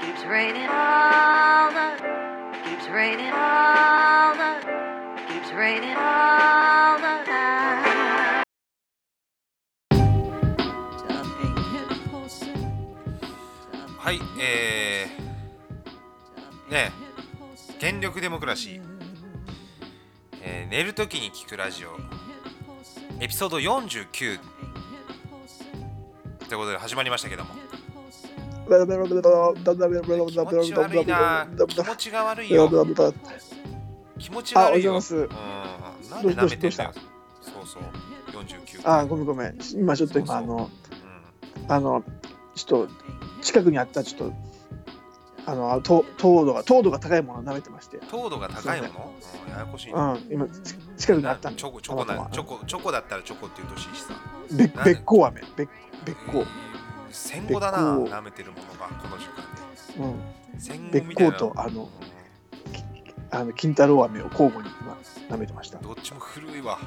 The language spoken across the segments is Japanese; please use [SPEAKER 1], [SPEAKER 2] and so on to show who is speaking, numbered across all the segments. [SPEAKER 1] Keeps raining all the keeps raining all the keeps raining all the time. Nothing can force it.
[SPEAKER 2] はいえー、ねえ全力デモクラシー、えー寝るときに聞くラジオエピソード49ということで始まりましたけども気持ち悪いな気持ちが悪いよ気持ち悪いよ
[SPEAKER 3] あおはようござい
[SPEAKER 2] うんなんで舐めてんだよそうそう49
[SPEAKER 3] あ、ごめんごめん。今ちょっと今、あの、あの、ちょっと、近くにあった、ちょっと、あの、と糖度が、糖度が高いものを舐めてまして。
[SPEAKER 2] うん、糖度が高いもの、うん、ややこしいな
[SPEAKER 3] うん、今、ち近くにあったんで
[SPEAKER 2] チョコチョコ
[SPEAKER 3] たま
[SPEAKER 2] な
[SPEAKER 3] たま
[SPEAKER 2] チョコチョコだったらチョコっていうとしいしさ
[SPEAKER 3] べ
[SPEAKER 2] なんで
[SPEAKER 3] べっこう飴。べべっ
[SPEAKER 2] え
[SPEAKER 3] こ
[SPEAKER 2] ー戦後だな
[SPEAKER 3] べっこう
[SPEAKER 2] 舐めてるものがこの時間
[SPEAKER 3] う。う
[SPEAKER 2] で戦
[SPEAKER 3] ん。
[SPEAKER 2] 後
[SPEAKER 3] べっ
[SPEAKER 2] みた
[SPEAKER 3] こ
[SPEAKER 2] いうな
[SPEAKER 3] と、あの、あの金太郎飴を交互に今、舐めてました。
[SPEAKER 2] どっちも古いわ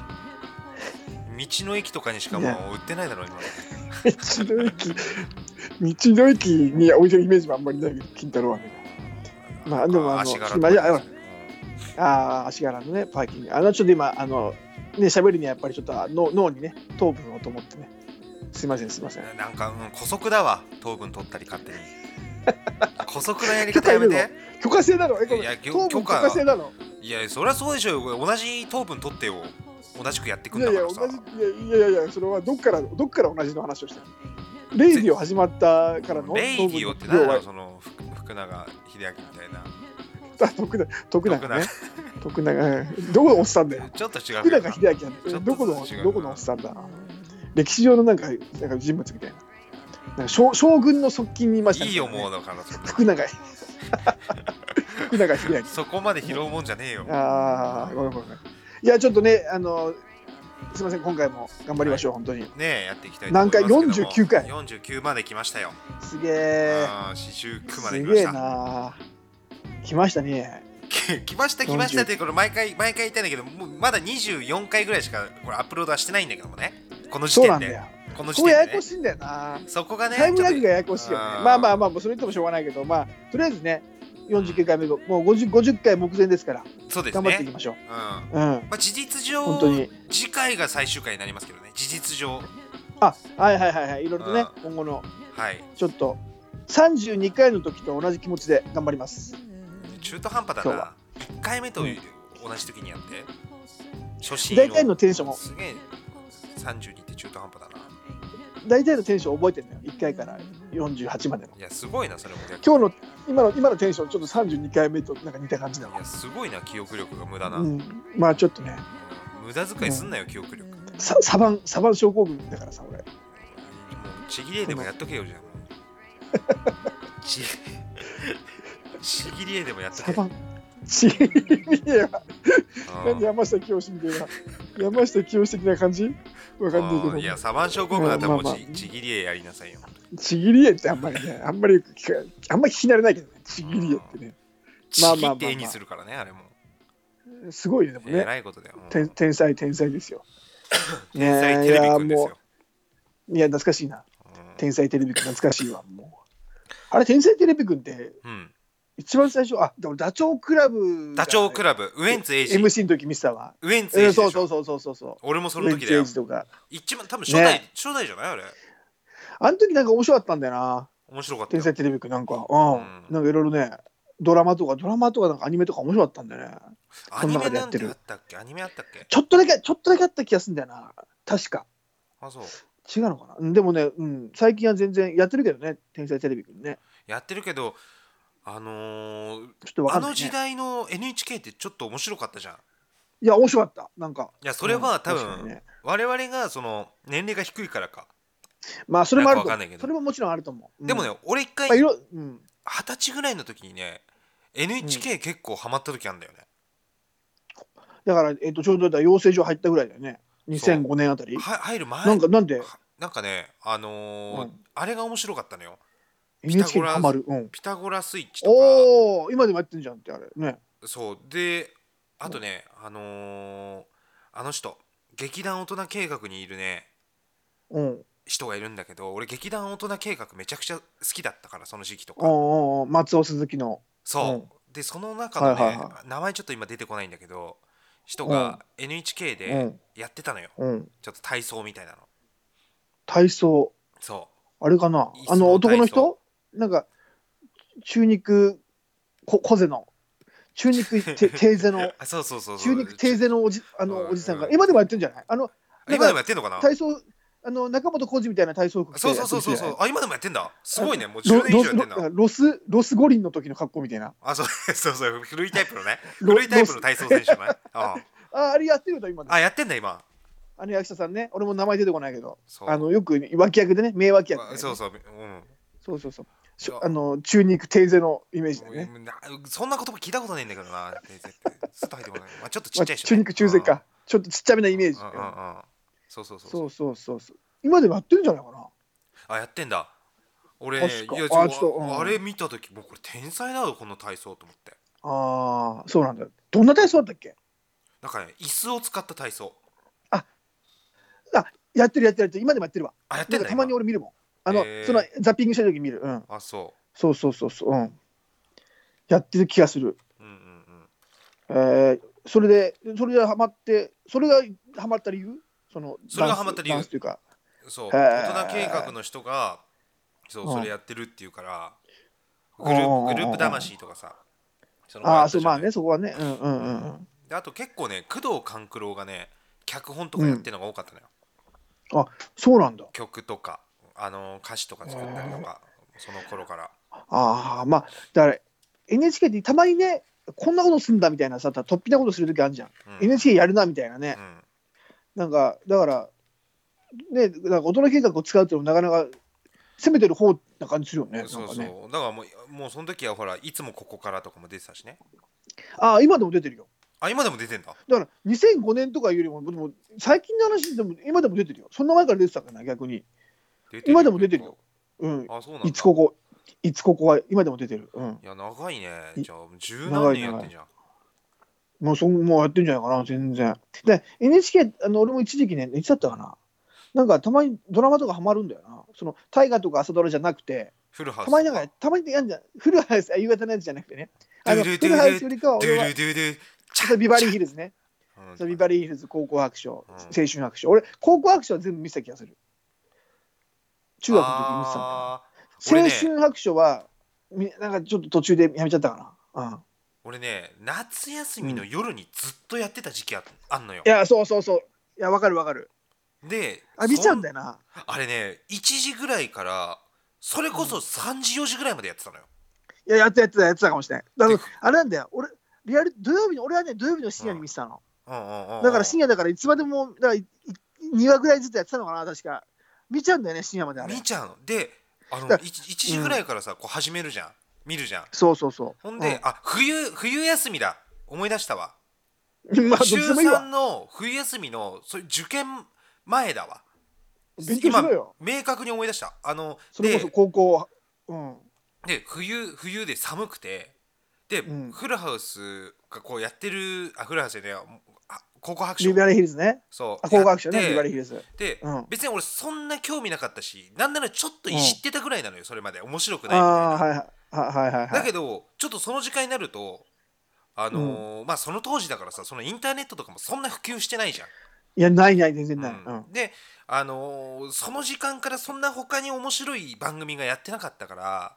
[SPEAKER 2] 道の駅とかにしかもう売ってないだろ今
[SPEAKER 3] 道の駅、道の駅に置いてるイメージもあんまりないけど、金太郎飴まあでもあの
[SPEAKER 2] 足柄
[SPEAKER 3] まあいやいや
[SPEAKER 2] う
[SPEAKER 3] が。ああ、足柄のね、パーキング。あの、ちょっと今、あの、ね、喋るにはやっぱりちょっとあ脳脳にね、糖分をと思ってね。すいません、すいません。
[SPEAKER 2] んなんか、うん、古息だわ糖分取ったり勝 手に古息なやり方やめて
[SPEAKER 3] 許可制だろえ、こ
[SPEAKER 2] いや
[SPEAKER 3] れ、
[SPEAKER 2] 許
[SPEAKER 3] 糖分許
[SPEAKER 2] 許可
[SPEAKER 3] 可制だろ
[SPEAKER 2] いやそりゃそうでしょうよ同じ糖分取ってよ同じくやってく
[SPEAKER 3] い
[SPEAKER 2] んだ
[SPEAKER 3] や
[SPEAKER 2] か
[SPEAKER 3] いや、
[SPEAKER 2] ら
[SPEAKER 3] 同
[SPEAKER 2] さ
[SPEAKER 3] じ、いやいやいやいや、それはどっから、どっから同じの話をしてる。レイディオ始まったからの。
[SPEAKER 2] レイディオって
[SPEAKER 3] 糖
[SPEAKER 2] 何だ
[SPEAKER 3] 分の量
[SPEAKER 2] ろ
[SPEAKER 3] は
[SPEAKER 2] うその福福永秀明みたいな
[SPEAKER 3] あ徳永、徳永ね。徳永、うんどこのおっさんだよ。
[SPEAKER 2] ちょっと違う
[SPEAKER 3] 福
[SPEAKER 2] けど
[SPEAKER 3] 永秀明
[SPEAKER 2] ちょっと
[SPEAKER 3] どこの
[SPEAKER 2] 違うな
[SPEAKER 3] どこのおっさんだ歴史上のなんかなんか人物みたいななんか将将軍の側近にいました
[SPEAKER 2] い
[SPEAKER 3] み
[SPEAKER 2] い
[SPEAKER 3] た
[SPEAKER 2] よ
[SPEAKER 3] なね
[SPEAKER 2] もうだからそんな
[SPEAKER 3] 福永福永秀
[SPEAKER 2] そこまで拾うもんじゃねえよ
[SPEAKER 3] 明ああごめんごめんごめんいやちょっとねあのすみません今回も頑張りましょう、本当に
[SPEAKER 2] ねえやっていきたいと思いますけども
[SPEAKER 3] 何回49回
[SPEAKER 2] 49まで来ましたよ
[SPEAKER 3] すげえ
[SPEAKER 2] あー四十九ますで来ま
[SPEAKER 3] げ
[SPEAKER 2] し
[SPEAKER 3] え
[SPEAKER 2] た
[SPEAKER 3] な来ましたね
[SPEAKER 2] 来ました来ましたってこれ毎回毎回言ったんだけどもうまだ24回ぐらいしかこれアップロードはしてないんだけどもねこの時
[SPEAKER 3] そうな
[SPEAKER 2] 点
[SPEAKER 3] んだ
[SPEAKER 2] で
[SPEAKER 3] よ
[SPEAKER 2] この時
[SPEAKER 3] こう
[SPEAKER 2] 点
[SPEAKER 3] やや
[SPEAKER 2] で、
[SPEAKER 3] こ
[SPEAKER 2] ね、
[SPEAKER 3] しいんだよな
[SPEAKER 2] そこがね
[SPEAKER 3] タイムラ
[SPEAKER 2] ちょ
[SPEAKER 3] グ
[SPEAKER 2] っ
[SPEAKER 3] が
[SPEAKER 2] と
[SPEAKER 3] ややこしいよね
[SPEAKER 2] あー
[SPEAKER 3] まあまあまあもうそれ言ってもしょうがないけどまあとりあえずね49回目もう 50, 50回目前ですから
[SPEAKER 2] そうです
[SPEAKER 3] 頑張っていき
[SPEAKER 2] ね
[SPEAKER 3] ましょう、
[SPEAKER 2] うんま
[SPEAKER 3] うん
[SPEAKER 2] あ事実
[SPEAKER 3] 本当
[SPEAKER 2] 上
[SPEAKER 3] に
[SPEAKER 2] 次回が最終回になりますけどね事実上
[SPEAKER 3] あはいはいはいはいいろいろとね
[SPEAKER 2] あ
[SPEAKER 3] 今後の
[SPEAKER 2] はい
[SPEAKER 3] ちょっと32回の時と同じ気持ちで頑張ります
[SPEAKER 2] 中途半端だ
[SPEAKER 3] 今日は
[SPEAKER 2] な1回目と
[SPEAKER 3] うん
[SPEAKER 2] 同じ時にやって、初心を
[SPEAKER 3] 大体のテンションも
[SPEAKER 2] すげえ32って中途半端だな
[SPEAKER 3] 大体のテンション覚えてるのよ1回から48までの
[SPEAKER 2] いやすごいなそれも逆に
[SPEAKER 3] 今日の今の今のテンションちょっと32回目となんか似た感じだ
[SPEAKER 2] い
[SPEAKER 3] わ
[SPEAKER 2] やすごいな記憶力が無駄な、
[SPEAKER 3] う
[SPEAKER 2] うん
[SPEAKER 3] んまあちょっとね
[SPEAKER 2] 無駄遣いすんなよ記憶力、もう
[SPEAKER 3] ササバンサバン症候群だからさ俺
[SPEAKER 2] ちぎり絵でもやっとけよじゃあも うちちぎり絵でもやっとけ
[SPEAKER 3] サバンちぎり絵は
[SPEAKER 2] うん
[SPEAKER 3] 何山下清みたいな山下清的な感じわかんないけ
[SPEAKER 2] う
[SPEAKER 3] ど
[SPEAKER 2] んいやサバン症候群だったらもうち,、
[SPEAKER 3] まあまあまあ
[SPEAKER 2] ちぎり絵やりなさいよ
[SPEAKER 3] ちぎり絵ってあんまりねあんまり聞かあんまり聞き慣れないけどねちぎり絵ってね
[SPEAKER 2] ち
[SPEAKER 3] まあ
[SPEAKER 2] ぎ
[SPEAKER 3] まあまあまあ
[SPEAKER 2] って絵にするからねあれも
[SPEAKER 3] すごいねでも
[SPEAKER 2] え
[SPEAKER 3] ね
[SPEAKER 2] らいことだよ、うん
[SPEAKER 3] 天天才天才ですよ。ね
[SPEAKER 2] 天才
[SPEAKER 3] え
[SPEAKER 2] テレビくんです
[SPEAKER 3] いやも
[SPEAKER 2] よ、
[SPEAKER 3] ういや懐かしいな
[SPEAKER 2] うん
[SPEAKER 3] 天才テレビくん懐かしいわもうあれ天才テレビくんって
[SPEAKER 2] うん、
[SPEAKER 3] 一番最初あでもダチョウ倶楽部
[SPEAKER 2] ダチョウ倶
[SPEAKER 3] ラ
[SPEAKER 2] 楽部ウエンツエイジ、
[SPEAKER 3] MC の時見てたわ。
[SPEAKER 2] ウエンツエイ
[SPEAKER 3] うん
[SPEAKER 2] ジでしょ、
[SPEAKER 3] そうそうそうそうそうそ。
[SPEAKER 2] 俺もそうの
[SPEAKER 3] レン
[SPEAKER 2] 時だ
[SPEAKER 3] チエ
[SPEAKER 2] よ
[SPEAKER 3] イジとか
[SPEAKER 2] 一番多分初代、
[SPEAKER 3] ね
[SPEAKER 2] 初代じゃないあれ
[SPEAKER 3] あの時なんか面白かったんだよな
[SPEAKER 2] 面白かった
[SPEAKER 3] 天
[SPEAKER 2] よ
[SPEAKER 3] 才テレビくんなんかうん、
[SPEAKER 2] うん
[SPEAKER 3] なんかいろいろねドラマとかドラマとかなんかアニメとか面白かったんだよね
[SPEAKER 2] アニメ
[SPEAKER 3] この中で
[SPEAKER 2] な
[SPEAKER 3] や
[SPEAKER 2] ん
[SPEAKER 3] ってて
[SPEAKER 2] あ
[SPEAKER 3] る
[SPEAKER 2] ったっけアニメあったっけ
[SPEAKER 3] ちょっとだけちょっとだけあった気がするんだよな確か
[SPEAKER 2] あそう
[SPEAKER 3] 違うのかなうんでもね、うん、最近は全然やってるけどね天才テレビくんね
[SPEAKER 2] やってるけどあのー
[SPEAKER 3] ちょっとわか
[SPEAKER 2] あ
[SPEAKER 3] んない、ね、
[SPEAKER 2] の時代の NHK ってちょっと面白かったじゃん
[SPEAKER 3] いや、面白かった。なんか。
[SPEAKER 2] いやそれは多分
[SPEAKER 3] うん確かにね
[SPEAKER 2] 我々がその年齢が低いからか
[SPEAKER 3] まあ、それもあると
[SPEAKER 2] なんかわかん
[SPEAKER 3] 思
[SPEAKER 2] ないけ
[SPEAKER 3] う。
[SPEAKER 2] ど
[SPEAKER 3] それももちろんあると思う。うん
[SPEAKER 2] でもね、、俺一回
[SPEAKER 3] まあ、い
[SPEAKER 2] 二十
[SPEAKER 3] ろ、うん。
[SPEAKER 2] 歳ぐらいの時にね NHK 結構ハマった時あるんだよね、
[SPEAKER 3] だから、えっ、と、ちょうどだから養成所入ったぐらいだよね。
[SPEAKER 2] そう
[SPEAKER 3] 2005年あたり。
[SPEAKER 2] は入る前
[SPEAKER 3] なんか、なんで、
[SPEAKER 2] はなんかねあのー
[SPEAKER 3] うん
[SPEAKER 2] あれが面白かったのよ
[SPEAKER 3] NHK にハマる。うん。
[SPEAKER 2] ピタゴラスイッチとか
[SPEAKER 3] おお、今でもやってんじゃんって、あれ。ね。
[SPEAKER 2] そうであとねあのーあの人劇団大人計画にいるね
[SPEAKER 3] うん。
[SPEAKER 2] 人がいるんだけど俺劇団大人計画めちゃくちゃ好きだったからその時期とか
[SPEAKER 3] おうおう松尾鈴木の
[SPEAKER 2] そう、でその中のね、
[SPEAKER 3] はいはいは
[SPEAKER 2] 名前ちょっと今出てこないんだけど人が NHK でやってたのよ、
[SPEAKER 3] うん
[SPEAKER 2] ちょっと体操みたいなの
[SPEAKER 3] 体操
[SPEAKER 2] そ
[SPEAKER 3] あれかない
[SPEAKER 2] いっすね
[SPEAKER 3] あの男の
[SPEAKER 2] 体操
[SPEAKER 3] 人なんか中肉こ小背の中肉 て低背
[SPEAKER 2] う
[SPEAKER 3] の
[SPEAKER 2] あそうそうそうそ
[SPEAKER 3] 中
[SPEAKER 2] う
[SPEAKER 3] 肉低背のおじあ
[SPEAKER 2] うん
[SPEAKER 3] のおじさんが
[SPEAKER 2] うん
[SPEAKER 3] 今でもやってんじゃないあの
[SPEAKER 2] あ今でもやってんのかな
[SPEAKER 3] 体操あの中本浩二みたいな体操服着て
[SPEAKER 2] そうそうそうそうそうあ今でもやってんだすごいねもう10年以上やってんだ
[SPEAKER 3] ロロスロス五輪の時の格好みたいな
[SPEAKER 2] あそう そうそう古いタイプのね
[SPEAKER 3] ロ
[SPEAKER 2] 古いタイプの体操選手ねあ
[SPEAKER 3] ああれやってるんだ今
[SPEAKER 2] あやってんだ今
[SPEAKER 3] あの役者さんね俺も名前出てこないけど
[SPEAKER 2] そう
[SPEAKER 3] あのよく脇役でね名脇役でね
[SPEAKER 2] あそうそううん
[SPEAKER 3] そうそうそうし
[SPEAKER 2] いや
[SPEAKER 3] あの中肉低背のイメージでね
[SPEAKER 2] もうなそんな言葉聞いたことないんだけどな全然スッと入ってこないまあちょっとちっ
[SPEAKER 3] まあ
[SPEAKER 2] ちゃい人
[SPEAKER 3] 中
[SPEAKER 2] ね
[SPEAKER 3] 肉中背かちょっとちっちゃめなイメージ
[SPEAKER 2] うんうんうんうんそうそうそう
[SPEAKER 3] そうそうそうそう今でもやってるんじゃないかな
[SPEAKER 2] あやってんだ俺ね
[SPEAKER 3] 確か
[SPEAKER 2] いや
[SPEAKER 3] あ
[SPEAKER 2] ちょ
[SPEAKER 3] ちょっとうん
[SPEAKER 2] あれ見た時もうこれ天才だよこの体操と思って
[SPEAKER 3] あーそうなんだどんな体操だったっけ
[SPEAKER 2] なんかね椅子を使った体操
[SPEAKER 3] やってるやってるやってる今でもやってるわ
[SPEAKER 2] あやって
[SPEAKER 3] なん
[SPEAKER 2] ん
[SPEAKER 3] か
[SPEAKER 2] だ
[SPEAKER 3] たまに
[SPEAKER 2] 今
[SPEAKER 3] 俺見るもんあの
[SPEAKER 2] へー
[SPEAKER 3] そのザッピングした時見るうん
[SPEAKER 2] あそ
[SPEAKER 3] そうそうそうそううんやってる気がする
[SPEAKER 2] ううんうんうん
[SPEAKER 3] えーそれでそれでハマってそれがハマった理由その
[SPEAKER 2] それが
[SPEAKER 3] ダンス
[SPEAKER 2] ハマった理由
[SPEAKER 3] ダンスというか
[SPEAKER 2] そう
[SPEAKER 3] へー
[SPEAKER 2] 大人計画の人がそううんそれやってるっていうから
[SPEAKER 3] うん
[SPEAKER 2] グループグループ魂とかさその
[SPEAKER 3] あ
[SPEAKER 2] や
[SPEAKER 3] あ
[SPEAKER 2] った
[SPEAKER 3] そう
[SPEAKER 2] じゃな
[SPEAKER 3] まあ
[SPEAKER 2] い
[SPEAKER 3] ねそこはねうんうんうんうん
[SPEAKER 2] であと結構ね工藤官九郎がね脚本とかやってるのが多かったのよ、
[SPEAKER 3] そうなんだ
[SPEAKER 2] 曲とかあの歌詞とか作ったりとかその頃から
[SPEAKER 3] ああまあだから NHK ってたまにねこんなことすんだみたいなさ突飛なことする時あるじゃん、
[SPEAKER 2] うん
[SPEAKER 3] NHK やるなみたいなね
[SPEAKER 2] う、ん
[SPEAKER 3] なんかだからねなんか大人計画を使うっていうのもなかなか攻めてる方な感じするよね
[SPEAKER 2] そうそう、
[SPEAKER 3] なんかね
[SPEAKER 2] だからもうもうその時はほらいつもここからとかも出てたしね
[SPEAKER 3] ああ今でも出てるよ
[SPEAKER 2] あ今でも出てんだ
[SPEAKER 3] だから2005年とかよりもでも最近の話でも今でも出てるよそんな前から出てたかな逆に
[SPEAKER 2] 出てる
[SPEAKER 3] 今でも出てるようん
[SPEAKER 2] あそうなんだ
[SPEAKER 3] いつここいつここは今でも出てるうん
[SPEAKER 2] いや長いね
[SPEAKER 3] い
[SPEAKER 2] じゃあ十何年
[SPEAKER 3] 長い長い
[SPEAKER 2] やってんじゃん
[SPEAKER 3] もうそんもうやってんじゃないかな、全然。で、NHK、あの俺も一時期ね、いつだったかな。なんかたまにドラマとかハマるんだよな。その大河とか朝ドラじゃなくて、
[SPEAKER 2] フルハウス
[SPEAKER 3] たまになんか、たまにやんじゃん。フルハウス、あ夕方のやつじゃなくてね。あの
[SPEAKER 2] ドゥルドゥ
[SPEAKER 3] フ
[SPEAKER 2] ル
[SPEAKER 3] ルハウスよりかは
[SPEAKER 2] ドゥ
[SPEAKER 3] 俺
[SPEAKER 2] ル
[SPEAKER 3] は、
[SPEAKER 2] ドゥルチ
[SPEAKER 3] そうビバリーヒルズね。
[SPEAKER 2] ャ
[SPEAKER 3] そうビバリーヒルズ、高校白書、
[SPEAKER 2] うん
[SPEAKER 3] 青春白書。俺、高校白書は全部見せた気がする。中学の時に見てたんだよ
[SPEAKER 2] あー
[SPEAKER 3] な。
[SPEAKER 2] 俺
[SPEAKER 3] 青
[SPEAKER 2] ね
[SPEAKER 3] 春白書は、みなんかちょっと途中でやめちゃったかな。うん。
[SPEAKER 2] 俺ね夏休みの夜にずっとやってた時期ああんのよ
[SPEAKER 3] いや、そうそうそう。いや、わかるわかる。
[SPEAKER 2] で
[SPEAKER 3] あ、見ちゃうん
[SPEAKER 2] そ
[SPEAKER 3] だよな。
[SPEAKER 2] あれね1時ぐらいからそれこそ3時4時ぐらいまでやってたのよ、
[SPEAKER 3] いや、やってたやってたやってたかもしれない。だから
[SPEAKER 2] て
[SPEAKER 3] あれなんだよ、俺、リアル土曜日の、俺はね、土曜日の深夜に見てたの。
[SPEAKER 2] うんうんうんうん
[SPEAKER 3] だから深夜だから、いつまでも、だからい2話ぐらいずつやってたのかな、確か。見ちゃうんだよね、深夜まであれ
[SPEAKER 2] 見。ちゃうのであの
[SPEAKER 3] だ
[SPEAKER 2] 1, 時ぐらいからさ、こう始めるじゃん見るじゃん
[SPEAKER 3] そうそうそう。
[SPEAKER 2] ほんで、あ冬冬休みだ思い出したわ
[SPEAKER 3] うん、まあ、どっ
[SPEAKER 2] 週
[SPEAKER 3] ちでもいい
[SPEAKER 2] 3
[SPEAKER 3] わ。
[SPEAKER 2] の冬休みのそういう受験前だわ
[SPEAKER 3] 勉強しろよ。
[SPEAKER 2] 明確に思い出したあの
[SPEAKER 3] それこそ
[SPEAKER 2] で
[SPEAKER 3] 高校、うん。
[SPEAKER 2] で冬冬で寒くてで、
[SPEAKER 3] うん
[SPEAKER 2] フルハウスがこうやってるあフルハウスじゃねえやあ高校白
[SPEAKER 3] ビ
[SPEAKER 2] 書
[SPEAKER 3] バリーヒルズね。
[SPEAKER 2] そう
[SPEAKER 3] あ、高校学習ね、
[SPEAKER 2] やって
[SPEAKER 3] ビバリーヒルズ。
[SPEAKER 2] で、
[SPEAKER 3] うん
[SPEAKER 2] 別に俺そんな興味なかったしなんならちょっといじってたぐらいなのよ、それまで面白くないみたいな、
[SPEAKER 3] ああー、はいはいはいはいは
[SPEAKER 2] だ
[SPEAKER 3] い。
[SPEAKER 2] けどちょっとその時間になるとあのーまあその当時だからさそのインターネットとかもそんな普及してないじゃん、
[SPEAKER 3] いや、ないない、全然ない。
[SPEAKER 2] う
[SPEAKER 3] うんん。
[SPEAKER 2] であのーその時間からそんな他に面白い番組がやってなかったから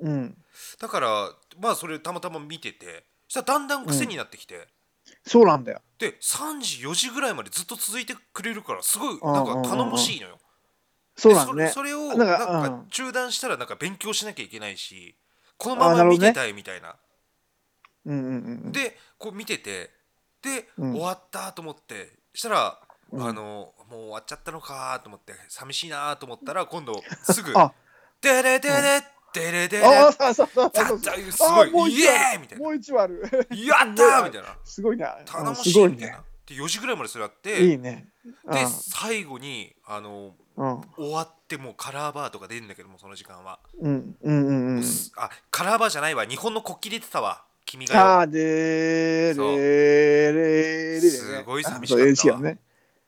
[SPEAKER 3] うん。
[SPEAKER 2] だからまあそれたまたま見ててそしたらだんだん癖になってきて、
[SPEAKER 3] そうなんだよ。
[SPEAKER 2] で3時4時ぐらいまでずっと続いてくれるからすごい
[SPEAKER 3] うん
[SPEAKER 2] なんか頼もしいのよ、
[SPEAKER 3] そう
[SPEAKER 2] で
[SPEAKER 3] なんだね。
[SPEAKER 2] それそれをな
[SPEAKER 3] な
[SPEAKER 2] んん
[SPEAKER 3] か
[SPEAKER 2] か
[SPEAKER 3] うん
[SPEAKER 2] 中断したらなんか勉強しなきゃいけないしこの
[SPEAKER 3] あ
[SPEAKER 2] ま
[SPEAKER 3] ーな
[SPEAKER 2] ま
[SPEAKER 3] るほ
[SPEAKER 2] 見
[SPEAKER 3] どね
[SPEAKER 2] てたいみたいな
[SPEAKER 3] うんうんうん。
[SPEAKER 2] でこう見ててで、
[SPEAKER 3] うん
[SPEAKER 2] 終わったと思ってしたら、
[SPEAKER 3] うん
[SPEAKER 2] あのもう終わっちゃったのかと思って寂しいなと思ったら今度すぐ
[SPEAKER 3] あ
[SPEAKER 2] 「デレデレデレデレ」
[SPEAKER 3] ああ、そうそうそうそうそう。
[SPEAKER 2] だだす
[SPEAKER 3] ああも
[SPEAKER 2] ご
[SPEAKER 3] う
[SPEAKER 2] い「イ
[SPEAKER 3] 一
[SPEAKER 2] エーイ!」みた
[SPEAKER 3] 話ある
[SPEAKER 2] い
[SPEAKER 3] もう一話ある。
[SPEAKER 2] な「やったー!」みたいな
[SPEAKER 3] すごいな。
[SPEAKER 2] 「頼も
[SPEAKER 3] うん
[SPEAKER 2] し
[SPEAKER 3] す
[SPEAKER 2] い」
[SPEAKER 3] ご
[SPEAKER 2] みたいな。で4時ぐらいまでそれあって
[SPEAKER 3] いいね。
[SPEAKER 2] で最後にあの
[SPEAKER 3] うん。
[SPEAKER 2] 終わってもうカラーバーとか出るんだけどもその時間は、
[SPEAKER 3] うんうんうんうん。
[SPEAKER 2] あカラーバーじゃないわ日本の国旗出てたわ君が代
[SPEAKER 3] あーでー
[SPEAKER 2] そう
[SPEAKER 3] れーれーれーれーね
[SPEAKER 2] すごい寂しかったわ
[SPEAKER 3] そう NHK はね。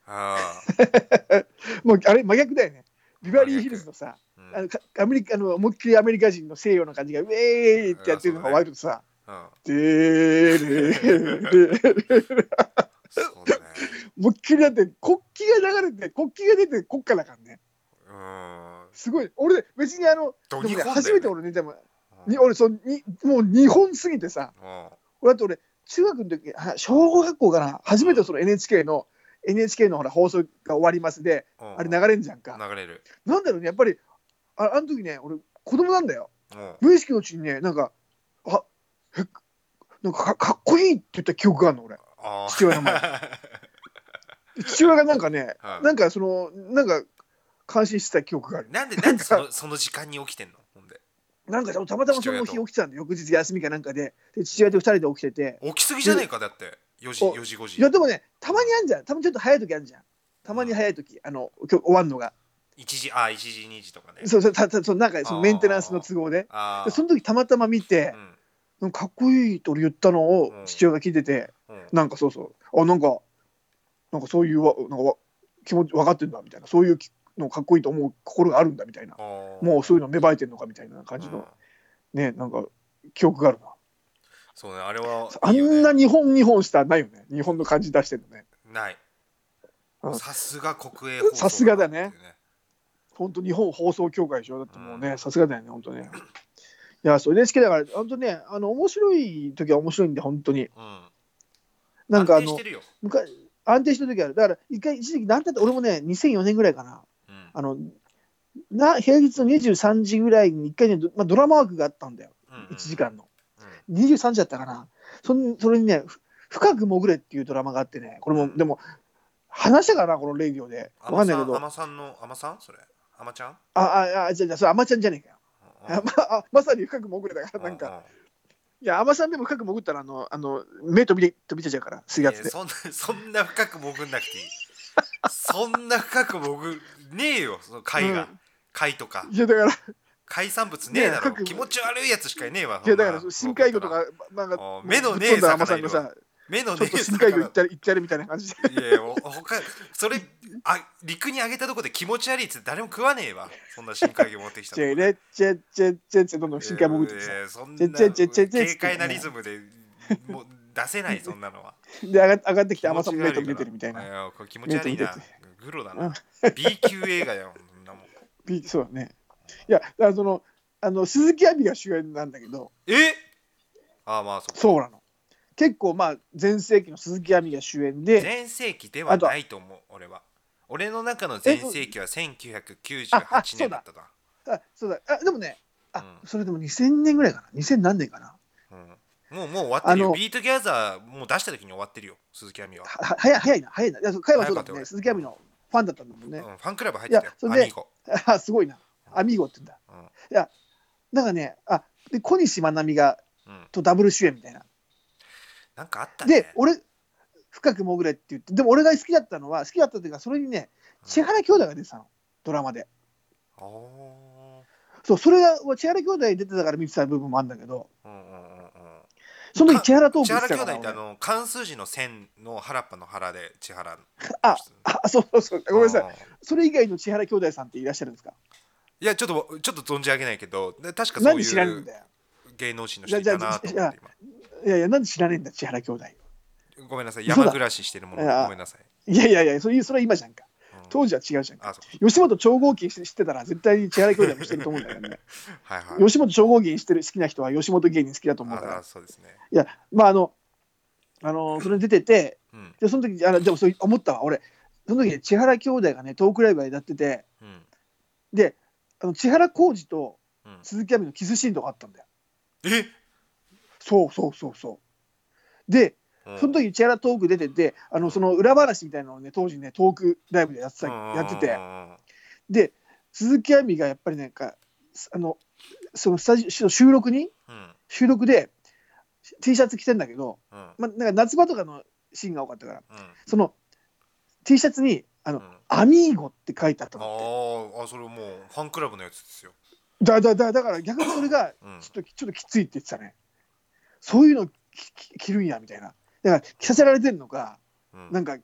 [SPEAKER 2] あー
[SPEAKER 3] もうあれ真逆だよね。ビバリーヒルズのさ、
[SPEAKER 2] うん
[SPEAKER 3] あのかアメリカあの思いっきりアメリカ人の西洋の感じが、ウェーイってやってるのが割とさ、
[SPEAKER 2] うん
[SPEAKER 3] でーれーれー
[SPEAKER 2] そうだね
[SPEAKER 3] 思いっきりだって、国旗が流れて、国旗が出て国歌だからね。
[SPEAKER 2] うん
[SPEAKER 3] すごい。俺、別にあの、
[SPEAKER 2] ど
[SPEAKER 3] でも
[SPEAKER 2] 日
[SPEAKER 3] ね、
[SPEAKER 2] 本だよね
[SPEAKER 3] 初めて俺ね、でも、
[SPEAKER 2] うん
[SPEAKER 3] に俺そうに、もう日本すぎてさ、
[SPEAKER 2] うん
[SPEAKER 3] 俺だって俺、中学の時、あ小学校かな、初めてその NHK の、NHK のほら放送が終わりますで、
[SPEAKER 2] うん
[SPEAKER 3] あれ流れんじゃんか。
[SPEAKER 2] 流れる
[SPEAKER 3] なんだろうね、やっぱり、ああの時ね、俺、子供なんだよ。
[SPEAKER 2] うん
[SPEAKER 3] 無意識のうちにね、なんか、あえなんかかかっこいいって言った記憶があるの、俺。
[SPEAKER 2] あ
[SPEAKER 3] 父親の 前父親がなんかね、
[SPEAKER 2] はい
[SPEAKER 3] なんかその、なんか、感心してた記憶がある。
[SPEAKER 2] なんでなんでそのその時間に起きてんのほんで
[SPEAKER 3] なんか、たまたまその日
[SPEAKER 2] 父親
[SPEAKER 3] 起
[SPEAKER 2] と
[SPEAKER 3] きてたんで、翌日休みかなんかで、で父親と二人で起きてて、
[SPEAKER 2] 起きすぎじゃねえかだって4時
[SPEAKER 3] お
[SPEAKER 2] 4時5時
[SPEAKER 3] いや、でもね、たまにあんじゃん。たまにちょっと早い時あんじゃん。たまに早い時、あの、今日終わんのが。
[SPEAKER 2] 1時あ1時2時とかね
[SPEAKER 3] そうそう、たたそうなんか、そのメンテナンスの都合で。
[SPEAKER 2] ああ
[SPEAKER 3] でその時たまたま見て、なんかかっこいいって俺言ったのを
[SPEAKER 2] うん
[SPEAKER 3] 父親が聞いてて、
[SPEAKER 2] うんうん
[SPEAKER 3] なんかそうそう、あ、なんか、なんかそういうわ、なんかわ気持ち分かってんだみたいな、そういうきのかっこいいと思う心があるんだみたいな、もうそういうの芽生えてんのかみたいな感じ
[SPEAKER 2] うん
[SPEAKER 3] の、ね、なんか記憶があるな。
[SPEAKER 2] そうねあれは
[SPEAKER 3] あ
[SPEAKER 2] いいよね
[SPEAKER 3] んな日本日本したらないよね。日本の感じ出してるのね。
[SPEAKER 2] ない
[SPEAKER 3] うん
[SPEAKER 2] さすが国営放送
[SPEAKER 3] さすがだね
[SPEAKER 2] っていう
[SPEAKER 3] 本当日本放送協会でしょだってもうね、さすがだよね、本当ね。いや、そう NHK だから、本当ね、あの面白い時は面白いんで、本当に。
[SPEAKER 2] うん
[SPEAKER 3] なんかあ
[SPEAKER 2] 安定し
[SPEAKER 3] の
[SPEAKER 2] て、るよ
[SPEAKER 3] 昔安定した時ある。だから、一回、一時期、なんだって、俺もね、2004年ぐらいかな。
[SPEAKER 2] うん
[SPEAKER 3] あのな平日の23時ぐらいに一回ね、どまあ、ドラマ枠があったんだよ、
[SPEAKER 2] うん
[SPEAKER 3] 1時間の。
[SPEAKER 2] うん
[SPEAKER 3] 23時だったかな。そんそれにね、ふ深く潜れっていうドラマがあってね、これも、でも、話したかな、このレイディオで。わかんないけど、
[SPEAKER 2] あ
[SPEAKER 3] あ
[SPEAKER 2] まさんのあまさんそれあまちゃん
[SPEAKER 3] あ、あ、じゃあじゃあ、それ、あまちゃんじゃねえかよ。
[SPEAKER 2] うん
[SPEAKER 3] あま あまさに深く潜れだから、なんか、いや、あまさんでも深く潜ったら、あの、あの目飛びで飛び出ちゃうから、
[SPEAKER 2] うん
[SPEAKER 3] 水圧
[SPEAKER 2] いや
[SPEAKER 3] で。
[SPEAKER 2] そんなそんな深く潜んなくていいそんな深く潜ねえよその貝が
[SPEAKER 3] うん
[SPEAKER 2] 貝とか
[SPEAKER 3] いや、だから、
[SPEAKER 2] 海産物ねえだ
[SPEAKER 3] ねえ
[SPEAKER 2] ろ
[SPEAKER 3] 各
[SPEAKER 2] 気持ち悪いやつしかいねえわ
[SPEAKER 3] いやだか
[SPEAKER 2] そんな
[SPEAKER 3] ら深海魚とか、まなん
[SPEAKER 2] あ
[SPEAKER 3] か
[SPEAKER 2] ー、目のねえ
[SPEAKER 3] ぶっ飛んだ海女さんのさ、
[SPEAKER 2] 目の
[SPEAKER 3] ちょ
[SPEAKER 2] ね
[SPEAKER 3] っと
[SPEAKER 2] え
[SPEAKER 3] 深海魚行
[SPEAKER 2] 魚
[SPEAKER 3] ったり行ってやるみたいな感じで、
[SPEAKER 2] いやいやお他それあ陸にあげたとこで気持ち悪いっつって誰も食わねえわそんな深海魚持ってきた
[SPEAKER 3] チ
[SPEAKER 2] とこ
[SPEAKER 3] ェレチェチェチェチェどんどん深海潜ってきて
[SPEAKER 2] い
[SPEAKER 3] さ
[SPEAKER 2] やいやそん
[SPEAKER 3] チェチ
[SPEAKER 2] な
[SPEAKER 3] ェチェチェチェ
[SPEAKER 2] 軽快なリズムでもう出せないそんなのは
[SPEAKER 3] で、上が上がってきて甘さも目飛び出てるみたい
[SPEAKER 2] い
[SPEAKER 3] な。
[SPEAKER 2] やこれ気持ち悪い
[SPEAKER 3] 目
[SPEAKER 2] な
[SPEAKER 3] と見
[SPEAKER 2] グロだ
[SPEAKER 3] う
[SPEAKER 2] なん B 級映画よそんなもん
[SPEAKER 3] ビそうだね。いや、だからその、あの鈴木亜美が主演なんだけど、
[SPEAKER 2] えああまあそっか
[SPEAKER 3] そうなの。結構、まあ、全盛期の鈴木亜美が主演で、
[SPEAKER 2] 全盛期ではないと思う俺は俺の中の全盛期は
[SPEAKER 3] ああ
[SPEAKER 2] 1998
[SPEAKER 3] そう
[SPEAKER 2] 年だ
[SPEAKER 3] だ
[SPEAKER 2] ったな
[SPEAKER 3] あそうだ、あでもね、あ、
[SPEAKER 2] うん
[SPEAKER 3] それでも2000年ぐらいかな、2000何年かな。
[SPEAKER 2] うんもうもう終わってる
[SPEAKER 3] あ
[SPEAKER 2] よ
[SPEAKER 3] の
[SPEAKER 2] ビートギャザーもう出した時に終わってるよ鈴木亜美は、
[SPEAKER 3] はは早い、早いな、早いな。いや、そう彼はそうだ
[SPEAKER 2] 早かった
[SPEAKER 3] もん
[SPEAKER 2] よ
[SPEAKER 3] ね、鈴木亜美のファンだったんだもん
[SPEAKER 2] うん
[SPEAKER 3] ね。
[SPEAKER 2] ファンクラブ入ってた
[SPEAKER 3] い
[SPEAKER 2] よ
[SPEAKER 3] やそれ
[SPEAKER 2] ア
[SPEAKER 3] で
[SPEAKER 2] ミーゴ
[SPEAKER 3] あすごいな。アミーゴって言うんだ。
[SPEAKER 2] うん
[SPEAKER 3] いや、なんかね、あで小西真奈美が
[SPEAKER 2] うん
[SPEAKER 3] とダブル主演みたいな。
[SPEAKER 2] なんかあったね
[SPEAKER 3] で、俺、深く潜れって言って、でも俺が好きだったのは、好きだったというか、それにね、千原兄弟が出てたの、ドラマで。
[SPEAKER 2] あー
[SPEAKER 3] そう、それが、千原兄弟出てたから見てた部分もあるんだけど、
[SPEAKER 2] うんうんうんうん
[SPEAKER 3] その時千原トーク
[SPEAKER 2] 千
[SPEAKER 3] して
[SPEAKER 2] 原
[SPEAKER 3] た
[SPEAKER 2] 兄弟っ
[SPEAKER 3] から
[SPEAKER 2] てあ
[SPEAKER 3] 俺
[SPEAKER 2] の漢数字の千の原っぱの原で千原
[SPEAKER 3] ああ、そうそうそう、ごめんなさい。
[SPEAKER 2] い
[SPEAKER 3] それ以外の千原兄弟さんっていらっしゃるんですか
[SPEAKER 2] いやちょっとちょっと存じ上げないけどで確か
[SPEAKER 3] な
[SPEAKER 2] そ
[SPEAKER 3] ん
[SPEAKER 2] う
[SPEAKER 3] で知らねえ
[SPEAKER 2] い
[SPEAKER 3] ん
[SPEAKER 2] う
[SPEAKER 3] だよ。
[SPEAKER 2] 芸能人の人いたなと
[SPEAKER 3] じ
[SPEAKER 2] 思
[SPEAKER 3] ゃ
[SPEAKER 2] っ
[SPEAKER 3] あ
[SPEAKER 2] て
[SPEAKER 3] いやいや、なんで知らねえんだ、千原兄弟。
[SPEAKER 2] 今ごめんなさい
[SPEAKER 3] 嘘だ
[SPEAKER 2] 山暮らししてるもの
[SPEAKER 3] いや
[SPEAKER 2] ごめんなさい、
[SPEAKER 3] いやいやいや、そういう、それは今じゃんか。
[SPEAKER 2] うん
[SPEAKER 3] 当時は違うじゃんか。
[SPEAKER 2] あそう
[SPEAKER 3] 吉本超合金して知ってたら、絶対に千原兄弟もしてると思うんだよね。
[SPEAKER 2] はいはい
[SPEAKER 3] 吉本超合金してる好きな人は吉本芸人好きだと思うから
[SPEAKER 2] あ。そうですね
[SPEAKER 3] いや、まああの、あのそれに出てて、
[SPEAKER 2] うん
[SPEAKER 3] で、その時あのでもそう思ったわ、俺、その時ね、千原兄弟がね、トークライブやってて、
[SPEAKER 2] うん
[SPEAKER 3] で、あの千原浩二と
[SPEAKER 2] うん
[SPEAKER 3] 鈴木亜美のキスシーンとかあったんだよ。
[SPEAKER 2] え
[SPEAKER 3] そうそうそうそう。で、
[SPEAKER 2] うん
[SPEAKER 3] その時千原トーク出てて、あのその裏話みたいなのをね、当時ね、トークライブでやってたやってて
[SPEAKER 2] う、んうん
[SPEAKER 3] で、鈴木亜美がやっぱりなんか、あの、そのスタジオ収録に、
[SPEAKER 2] うん
[SPEAKER 3] 収録で T シャツ着てんだけど、
[SPEAKER 2] うんうん
[SPEAKER 3] まあ、なんか夏場とかのシーンが多かったから。
[SPEAKER 2] うん
[SPEAKER 3] その T シャツにあ
[SPEAKER 2] う
[SPEAKER 3] の、
[SPEAKER 2] ん
[SPEAKER 3] アミーゴって書いてあった
[SPEAKER 2] あ
[SPEAKER 3] の
[SPEAKER 2] ーあそれもうファンクラブのやつですよ、
[SPEAKER 3] だだだだから逆にそれが
[SPEAKER 2] うん、
[SPEAKER 3] ちょっとちょっときついって言ってたねそういうのきき着るんやみたいなだから着させられてるのか
[SPEAKER 2] うん
[SPEAKER 3] なんか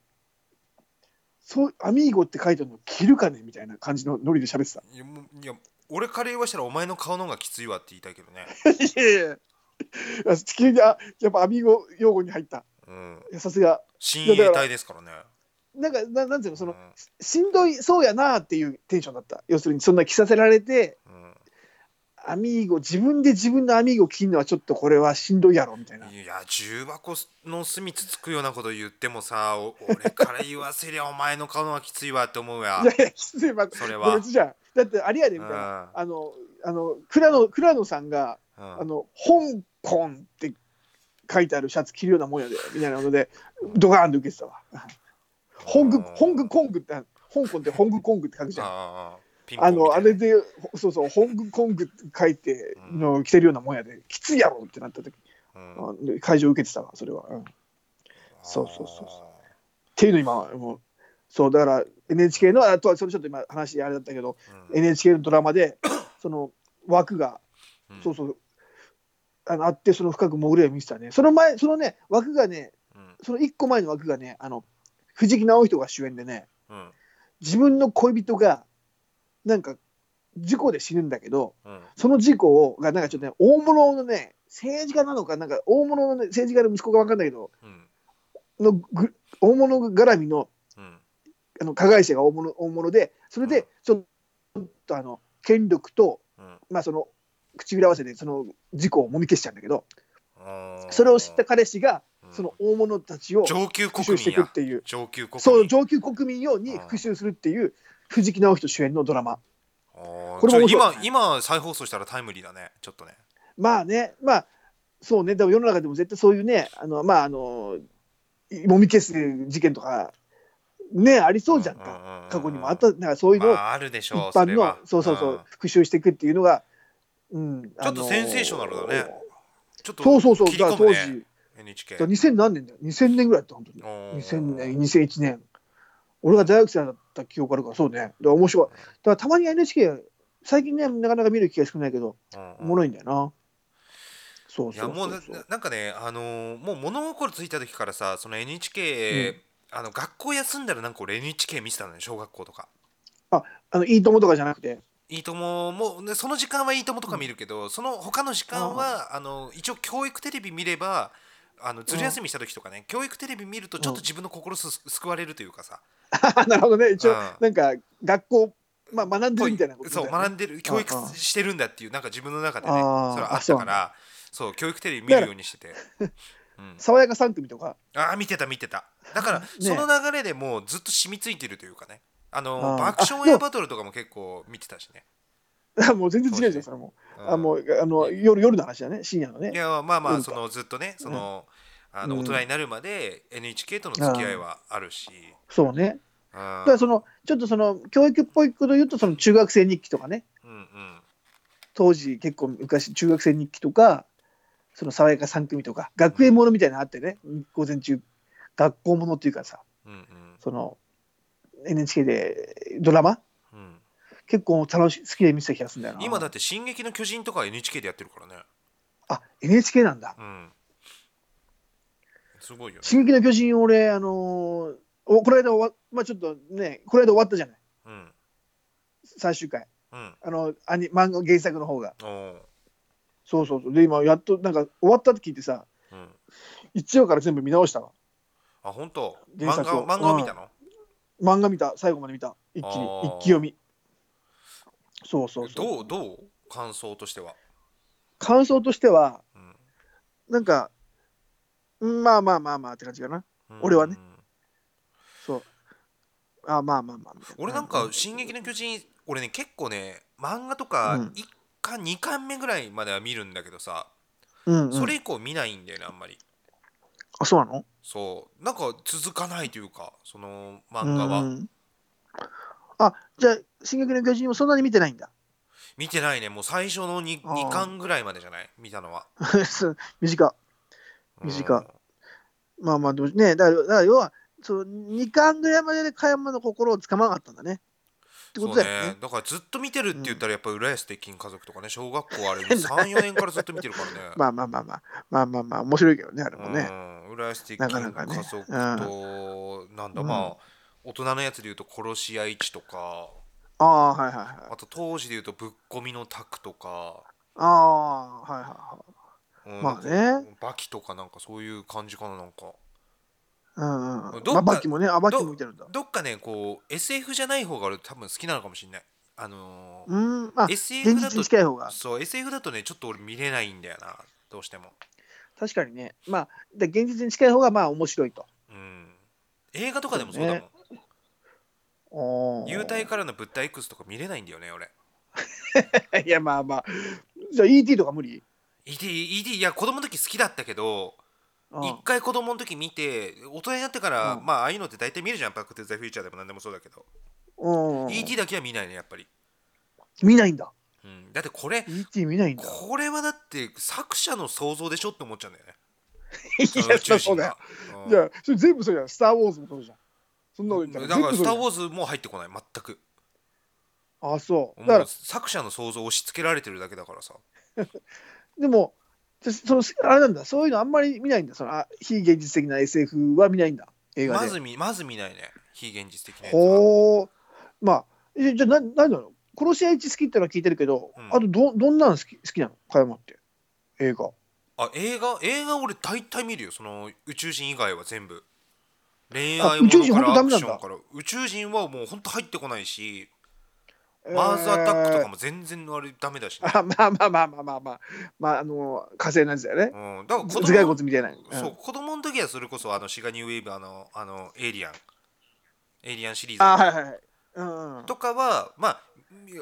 [SPEAKER 3] そう、アミーゴって書いてあるの、着るかねみたいな感じのノリで喋ってた。
[SPEAKER 2] いやもういや俺から言わしたらお前の顔の方がきついわって言いたいけどね、
[SPEAKER 3] いやいやいや。地球に、あ、やっぱアミーゴ用語に入った。
[SPEAKER 2] うん、
[SPEAKER 3] いや、さすが。
[SPEAKER 2] 親衛隊ですからね
[SPEAKER 3] なんか、ななんていうの、その
[SPEAKER 2] う、ん
[SPEAKER 3] しんどい、そうやなっていうテンションだった。要するに、そんな着させられて、アミーゴ、自分で自分のアミーゴ着るのはちょっとこれはしんどいやろ、みたいな
[SPEAKER 2] うん、。いや重箱の隅つつくようなこと言ってもさお俺から言わせりゃお前の顔の方がきついわって思うや
[SPEAKER 3] いやいや、きつい、まあ、
[SPEAKER 2] それは
[SPEAKER 3] 別じゃん。だって、あれやで、みたいな。あの、あの、倉野、倉野さんが、
[SPEAKER 2] うん
[SPEAKER 3] あの、香港って書いてあるシャツ着るようなもんやで、みたいなので、ドガーンと受けてたわ。ホング、ホングコングって、香港ってホングコングって書くじゃん。
[SPEAKER 2] ああピンポン
[SPEAKER 3] あの、あ
[SPEAKER 2] みたい
[SPEAKER 3] れ
[SPEAKER 2] な
[SPEAKER 3] で、そうそう、ホングコングって書いて、
[SPEAKER 2] うん
[SPEAKER 3] の着てるようなもんやで、きついやろってなった時、
[SPEAKER 2] うん
[SPEAKER 3] あで会場受けてたわ、それは。うんそうそうそうそっていうの今、もう、そう、だから、NHK の、あとは、それちょっと今話あれだったけど、
[SPEAKER 2] うん
[SPEAKER 3] NHK のドラ マで、その枠が、
[SPEAKER 2] うん
[SPEAKER 3] そうそう、あのあって、その深く潜りを見てたね。その前、そのね、枠がね、
[SPEAKER 2] うん
[SPEAKER 3] その一個前の枠がね、あの、藤木直人が主演でね、
[SPEAKER 2] うん
[SPEAKER 3] 自分の恋人が、なんか、事故で死ぬんだけど、
[SPEAKER 2] うん
[SPEAKER 3] その事故をが、なんかちょっとね、大物のね、政治家なのか、なんか大物の、ね、政治家の息子がわかんないけど、
[SPEAKER 2] うん
[SPEAKER 3] のぐ大物絡みの
[SPEAKER 2] うん
[SPEAKER 3] あの加害者が大物大物で、それ
[SPEAKER 2] うん
[SPEAKER 3] で、ちょっとあの、権力と、
[SPEAKER 2] うん
[SPEAKER 3] まあ、その、唇合わせでその事故をもみ消しちゃうんだけど、
[SPEAKER 2] あー
[SPEAKER 3] それを知った彼氏が、
[SPEAKER 2] うん
[SPEAKER 3] その大物たちを
[SPEAKER 2] 上級
[SPEAKER 3] 復
[SPEAKER 2] 国
[SPEAKER 3] 讐して
[SPEAKER 2] 民
[SPEAKER 3] いく
[SPEAKER 2] や
[SPEAKER 3] っていう、
[SPEAKER 2] 上級国民
[SPEAKER 3] そう、上級国民用
[SPEAKER 2] う
[SPEAKER 3] に
[SPEAKER 2] ん
[SPEAKER 3] 復讐するっていう、藤木直人主演のドラマ。
[SPEAKER 2] あー
[SPEAKER 3] これも面
[SPEAKER 2] ちょ
[SPEAKER 3] 白い
[SPEAKER 2] 今今再放送したらタイムリーだねちょっとね
[SPEAKER 3] まあね、まあ、そうね、でも世の中でも絶対そういうね、あの、まあ、あの、もみ消す事件とか、ね、ありそうじゃんか。
[SPEAKER 2] か
[SPEAKER 3] 過去にもあった、なんかそういうのを
[SPEAKER 2] まあ、あるでし
[SPEAKER 3] 一
[SPEAKER 2] ょう
[SPEAKER 3] 般
[SPEAKER 2] れ
[SPEAKER 3] の
[SPEAKER 2] は、
[SPEAKER 3] そうそうそう、
[SPEAKER 2] ん
[SPEAKER 3] 復讐していくっていうのが、うん。
[SPEAKER 2] ちょっとセンセーショナルだね
[SPEAKER 3] あの
[SPEAKER 2] ちょっと
[SPEAKER 3] そうそうそう、
[SPEAKER 2] 切り
[SPEAKER 3] だから
[SPEAKER 2] 込む
[SPEAKER 3] 当
[SPEAKER 2] ね
[SPEAKER 3] 時、
[SPEAKER 2] NHK
[SPEAKER 3] だから2000何年だよ、2000年ぐらいだった、本当に。
[SPEAKER 2] 2000
[SPEAKER 3] 2000年、2001年。俺が大学生だった記憶あるから、そうね。だから面白い。だからたまに NHK、最近ね、なかなか見る機会少ないけど、おもろいんだよな。そう
[SPEAKER 2] いや
[SPEAKER 3] そう
[SPEAKER 2] も
[SPEAKER 3] そうう
[SPEAKER 2] な
[SPEAKER 3] そう
[SPEAKER 2] ななんかねあのーもう物心ついた時からさその NHK、あの学校休んだらなんか俺 NHK 見てたのよ小学校とか
[SPEAKER 3] あの、いいともとかじゃなくて、
[SPEAKER 2] いいとももうねその時間はいいともとか見るけど、その他の時間はあの一応教育テレビ見ればあのずる休みした時とかね、教育テレビ見るとちょっと自分の心す、救われるというかさ
[SPEAKER 3] なるほどね、一応
[SPEAKER 2] うん、
[SPEAKER 3] なんか、学校、まあ、学んでるみたいなことだ
[SPEAKER 2] そ
[SPEAKER 3] よ
[SPEAKER 2] う
[SPEAKER 3] ね。
[SPEAKER 2] 学んでる教育
[SPEAKER 3] うんうん
[SPEAKER 2] してるんだっていうなんか自分の中でねそ
[SPEAKER 3] あ
[SPEAKER 2] れ
[SPEAKER 3] ー
[SPEAKER 2] はあ
[SPEAKER 3] あ
[SPEAKER 2] っ
[SPEAKER 3] そ
[SPEAKER 2] た
[SPEAKER 3] うな
[SPEAKER 2] か
[SPEAKER 3] ん
[SPEAKER 2] らそう教育テレビ見るようにして て、うん、
[SPEAKER 3] 爽やか3組とか。
[SPEAKER 2] ああ見てた見てただから、
[SPEAKER 3] ね
[SPEAKER 2] その流れでもうずっと染みついてるというかねあの
[SPEAKER 3] あー
[SPEAKER 2] 爆笑エアバトルとかも結構見てたしね、
[SPEAKER 3] もう全然違うじゃん、それも。あも
[SPEAKER 2] う
[SPEAKER 3] うあの夜夜の話だね、深夜の
[SPEAKER 2] んい
[SPEAKER 3] ね。
[SPEAKER 2] やまあま
[SPEAKER 3] う
[SPEAKER 2] あ
[SPEAKER 3] ん
[SPEAKER 2] そのずっとねその、あの
[SPEAKER 3] うん
[SPEAKER 2] 大人になるまで NHK との付き合いはあるし、
[SPEAKER 3] そうね。
[SPEAKER 2] あ
[SPEAKER 3] だ
[SPEAKER 2] ー
[SPEAKER 3] からその、ちょっとその、教育っぽいこと言うと、その中学生日記とかね、
[SPEAKER 2] うんうん
[SPEAKER 3] 当時結構昔、中学生日記とか、その爽やか3組とか、学園ものみたいなのあってね、午前中、学校ものっていうかさ、
[SPEAKER 2] うん
[SPEAKER 3] その、NHK でドラマ
[SPEAKER 2] うんうん
[SPEAKER 3] 結構楽し好きで見てた気がするんだよな。
[SPEAKER 2] 今だって「進撃の巨人」とか NHK でやってるからね
[SPEAKER 3] あ、NHK なんだ。
[SPEAKER 2] うんすごいよね、
[SPEAKER 3] 進撃の巨人、俺、あのーおこの間終わ、まあちょっとね、この間終わったじゃない、
[SPEAKER 2] うん
[SPEAKER 3] 最終回。
[SPEAKER 2] うん
[SPEAKER 3] あの、アニ漫画原作の方が。
[SPEAKER 2] おー
[SPEAKER 3] そうそうそう。で、今、やっと、なんか、終わったって聞いてさ、
[SPEAKER 2] うん
[SPEAKER 3] 一話から全部見直したわ。
[SPEAKER 2] あ本当
[SPEAKER 3] 原
[SPEAKER 2] 漫
[SPEAKER 3] 作
[SPEAKER 2] 画
[SPEAKER 3] を
[SPEAKER 2] を漫画を見たの、
[SPEAKER 3] 漫画見た、最後まで見た。一気
[SPEAKER 2] あ
[SPEAKER 3] に、
[SPEAKER 2] ー
[SPEAKER 3] 一気読み。そうそうそう。
[SPEAKER 2] どうどう感想としては、
[SPEAKER 3] 感想としては、
[SPEAKER 2] うん
[SPEAKER 3] なんか、うんまあまあまあまあって感じかな。
[SPEAKER 2] うん
[SPEAKER 3] 俺はねそう。あまあまあまあ。
[SPEAKER 2] 俺なんか「進撃の巨人」俺ね結構ね漫画とか
[SPEAKER 3] うん
[SPEAKER 2] 1巻、2巻目ぐらいまでは見るんだけどさ
[SPEAKER 3] うんうん
[SPEAKER 2] それ以降見ないんだよねあんまり
[SPEAKER 3] あ、そうなの
[SPEAKER 2] そうなんか続かないというかその漫画は
[SPEAKER 3] うんあ、じゃあ、進撃の巨人もそんなに見てないんだ。
[SPEAKER 2] 見てないねもう最初の 2,
[SPEAKER 3] あー
[SPEAKER 2] 2巻ぐらいまでじゃない見たのは
[SPEAKER 3] 短っ。
[SPEAKER 2] うん
[SPEAKER 3] 短まあまあ、でもね、だから、だから要は、その2巻ぐらいまでで加山の心をつかまなかったんだね。って
[SPEAKER 2] そ
[SPEAKER 3] こ
[SPEAKER 2] う
[SPEAKER 3] とだよ
[SPEAKER 2] ね
[SPEAKER 3] ね。
[SPEAKER 2] だからずっと見てるって言ったらやっぱ浦安鉄筋家族とかね小学校あれ34年からずっと見てるからね
[SPEAKER 3] まあまあまあまあ、まあまあまあ、面白いけどね、あれもね。
[SPEAKER 2] うん、浦安的
[SPEAKER 3] なかなかね
[SPEAKER 2] 家族と、なんだ、
[SPEAKER 3] うん
[SPEAKER 2] まあ、大人のやつでいうと殺し屋市とか
[SPEAKER 3] ああ、はいはいはい。
[SPEAKER 2] あと当時でいうとぶっ込みのタクとか、
[SPEAKER 3] ああ、はいはいはい。
[SPEAKER 2] うん
[SPEAKER 3] まあね。
[SPEAKER 2] バキとかなんかそういう感じかななんか
[SPEAKER 3] うんうんうん。
[SPEAKER 2] どっか
[SPEAKER 3] まあ、バキもね、あ、バキも見てるんだ。
[SPEAKER 2] どっかねこう SF じゃない方が俺多分好きなのかもしれないあのー
[SPEAKER 3] うん、あ、現
[SPEAKER 2] SF だ
[SPEAKER 3] 実
[SPEAKER 2] と
[SPEAKER 3] に近い方が。
[SPEAKER 2] そう SF だとねちょっと俺見れないんだよなどうしても
[SPEAKER 3] 確かにね。まあ、で現実に近い方がまあ面白いと。
[SPEAKER 2] うん映画とかでもそうだもん、
[SPEAKER 3] そうおー
[SPEAKER 2] 幽体からの物体 X とか見れないんだよね俺
[SPEAKER 3] いや、まあまあ。じゃあ ET とか無理
[SPEAKER 2] ET, ET いや子供の時好きだったけど
[SPEAKER 3] うん
[SPEAKER 2] 一回子供の時見て大人になってから、
[SPEAKER 3] うん
[SPEAKER 2] まあああいうのって大体見るじゃん「バック・トゥ・ザ・フューチャー」でも何でもそうだけど、
[SPEAKER 3] うん。
[SPEAKER 2] ET だけは見ないねやっぱり、
[SPEAKER 3] 見ないんだ。
[SPEAKER 2] うん、だってこれ
[SPEAKER 3] ET 見ないんだ。
[SPEAKER 2] これはだって作者の想像でしょって思っちゃうんだよね
[SPEAKER 3] い
[SPEAKER 2] その宇宙
[SPEAKER 3] や、そ
[SPEAKER 2] 人
[SPEAKER 3] うだよ
[SPEAKER 2] が。。うん
[SPEAKER 3] じゃあ、それ全部そうじゃん。スター・ウォーズもそうじゃん。そんなこと言ったら
[SPEAKER 2] だから「
[SPEAKER 3] 全
[SPEAKER 2] ス
[SPEAKER 3] 部
[SPEAKER 2] ター・
[SPEAKER 3] そう
[SPEAKER 2] ウ
[SPEAKER 3] じ
[SPEAKER 2] ォーズ」も入ってこない全く
[SPEAKER 3] ゃんあ、そう。だか
[SPEAKER 2] も
[SPEAKER 3] ら
[SPEAKER 2] う、作者の想像を押し付けられてるだけだからさ
[SPEAKER 3] でも、私そのあれなんだ、そういうのあんまり見ないんだ、そのあ非現実的な SF は見ないんだ、映画で。
[SPEAKER 2] まず見まず見ないね非現実的なやつは
[SPEAKER 3] ほう、まあ、えじゃあ、ななんだろう、殺し合い一好きってのは聞いてるけど、
[SPEAKER 2] うん
[SPEAKER 3] あとど、どんなの好き好きなの、加山って、映画。
[SPEAKER 2] あ映画映画俺大体見るよその宇宙人以外は全部恋
[SPEAKER 3] あ
[SPEAKER 2] 愛
[SPEAKER 3] 宇
[SPEAKER 2] も
[SPEAKER 3] 宙
[SPEAKER 2] の
[SPEAKER 3] 人
[SPEAKER 2] か
[SPEAKER 3] ほん
[SPEAKER 2] ら
[SPEAKER 3] と
[SPEAKER 2] ア
[SPEAKER 3] ダ
[SPEAKER 2] ク
[SPEAKER 3] メなん
[SPEAKER 2] シ
[SPEAKER 3] だ
[SPEAKER 2] ョンから宇宙人はもうほんと入ってこないし、マーズアタックとかも全然あれダメだし、
[SPEAKER 3] え
[SPEAKER 2] ね
[SPEAKER 3] ー。あまあまあまあまあまあまあ、まあ、あの、火星のやつだよね。
[SPEAKER 2] うん、だから子
[SPEAKER 3] 頭蓋
[SPEAKER 2] 供
[SPEAKER 3] 骨みたいな。うん
[SPEAKER 2] そう子供の時はそれこそあのシガニーウェーブあのあのエイリアンエイリアンシリ
[SPEAKER 3] あ、
[SPEAKER 2] ーズ
[SPEAKER 3] はいはいはい。うんうん
[SPEAKER 2] とかはまあ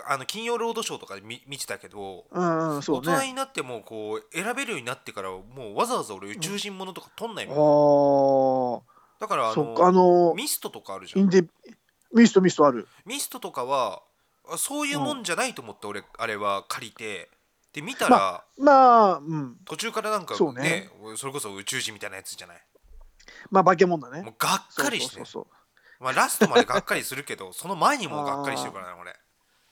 [SPEAKER 2] あの金曜ロードショーとかで見見てたけど、
[SPEAKER 3] うんうん、そ
[SPEAKER 2] 大
[SPEAKER 3] う
[SPEAKER 2] 人
[SPEAKER 3] ね。
[SPEAKER 2] になってもこう選べるようになってからもうわざわざ俺宇宙人ものとか撮んない
[SPEAKER 3] ああ
[SPEAKER 2] もん、だからあ
[SPEAKER 3] ー、そ
[SPEAKER 2] の
[SPEAKER 3] っか、あの、
[SPEAKER 2] ミストとかあるじ
[SPEAKER 3] イ
[SPEAKER 2] ゃん
[SPEAKER 3] ンデミストミストある。
[SPEAKER 2] ミストとかはあそういうもんじゃないと思って俺あれは借りてで見たら、
[SPEAKER 3] ままあ、うん、
[SPEAKER 2] 途中からなんか
[SPEAKER 3] そう
[SPEAKER 2] ね
[SPEAKER 3] ね
[SPEAKER 2] それこそ宇宙人みたいなやつじゃない
[SPEAKER 3] まあ、化け物だね
[SPEAKER 2] も。うがっかりして
[SPEAKER 3] そうそうそうそう
[SPEAKER 2] まあ、ラストまでがっかりするけど その前にもうがっかりしてるからね俺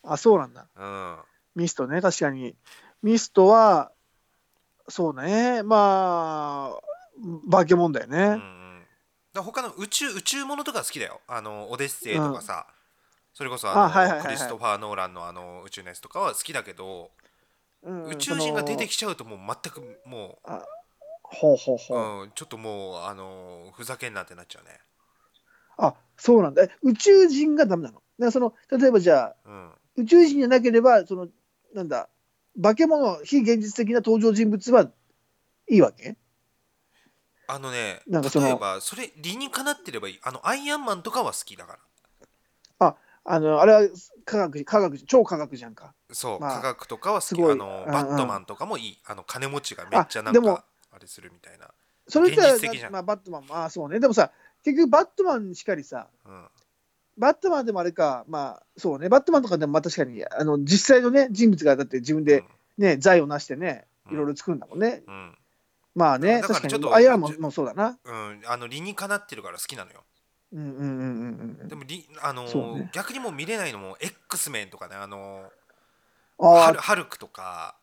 [SPEAKER 3] あそうなんだ
[SPEAKER 2] うん
[SPEAKER 3] ミストね確かにミストはそうねまあ化け物だよ
[SPEAKER 2] うんうん
[SPEAKER 3] ね、
[SPEAKER 2] だから他の宇宙宇宙ものとか好きだよあのオデッセイとかさ、それこそあの
[SPEAKER 3] あはいはいはいはい
[SPEAKER 2] クリストファー・ノーランのあの宇宙のやつとかは好きだけど、
[SPEAKER 3] うん
[SPEAKER 2] 宇宙人が出て
[SPEAKER 3] き
[SPEAKER 2] きちゃうともう全くも
[SPEAKER 3] ほうほう
[SPEAKER 2] う、
[SPEAKER 3] ほう、
[SPEAKER 2] うん、ちょっともうあのふざけんなってなっちゃうね
[SPEAKER 3] あそうなんだえ宇宙人がダメなのだからその例えばじゃあ
[SPEAKER 2] うん
[SPEAKER 3] 宇宙人じゃなければそのなんだ化け物非現実的な登場人物はいいわけ
[SPEAKER 2] あのね
[SPEAKER 3] なんかその
[SPEAKER 2] 例えばそれ理にかなってればいいあのアイアンマンとかは好きだから
[SPEAKER 3] あのあれは科学科学超科学じゃんか
[SPEAKER 2] そう、
[SPEAKER 3] まあ
[SPEAKER 2] 科学とかは好
[SPEAKER 3] す
[SPEAKER 2] き
[SPEAKER 3] ごい
[SPEAKER 2] あの、
[SPEAKER 3] うんうん
[SPEAKER 2] バットマンとかもいいあの金持ちがめっちゃなん
[SPEAKER 3] あでも
[SPEAKER 2] かあれするみたいな、
[SPEAKER 3] それじ
[SPEAKER 2] 現
[SPEAKER 3] ゃ
[SPEAKER 2] 実的じゃん
[SPEAKER 3] まあ、バットマンもああそうねでもさ結局バットマンしかりさ
[SPEAKER 2] うん、
[SPEAKER 3] バットマンでもあれか、まあそうね、バットマンとかでもまあ確かにあの実際のね、人物がだって自分で、ね、財を成してね、
[SPEAKER 2] うん
[SPEAKER 3] いろいろ作るんだもんね。
[SPEAKER 2] うん
[SPEAKER 3] まあね、
[SPEAKER 2] だから
[SPEAKER 3] 確
[SPEAKER 2] ちょ
[SPEAKER 3] か
[SPEAKER 2] っ
[SPEAKER 3] に、
[SPEAKER 2] と
[SPEAKER 3] アイアンマンももうそうだな。
[SPEAKER 2] うんうん、あの理にかなってるから好きなのよ
[SPEAKER 3] うんうんうんうんうん
[SPEAKER 2] で。も理あのー
[SPEAKER 3] そうね
[SPEAKER 2] 逆にもう見れないのも X メンとかねあのーハ
[SPEAKER 3] あ
[SPEAKER 2] ルハルクとか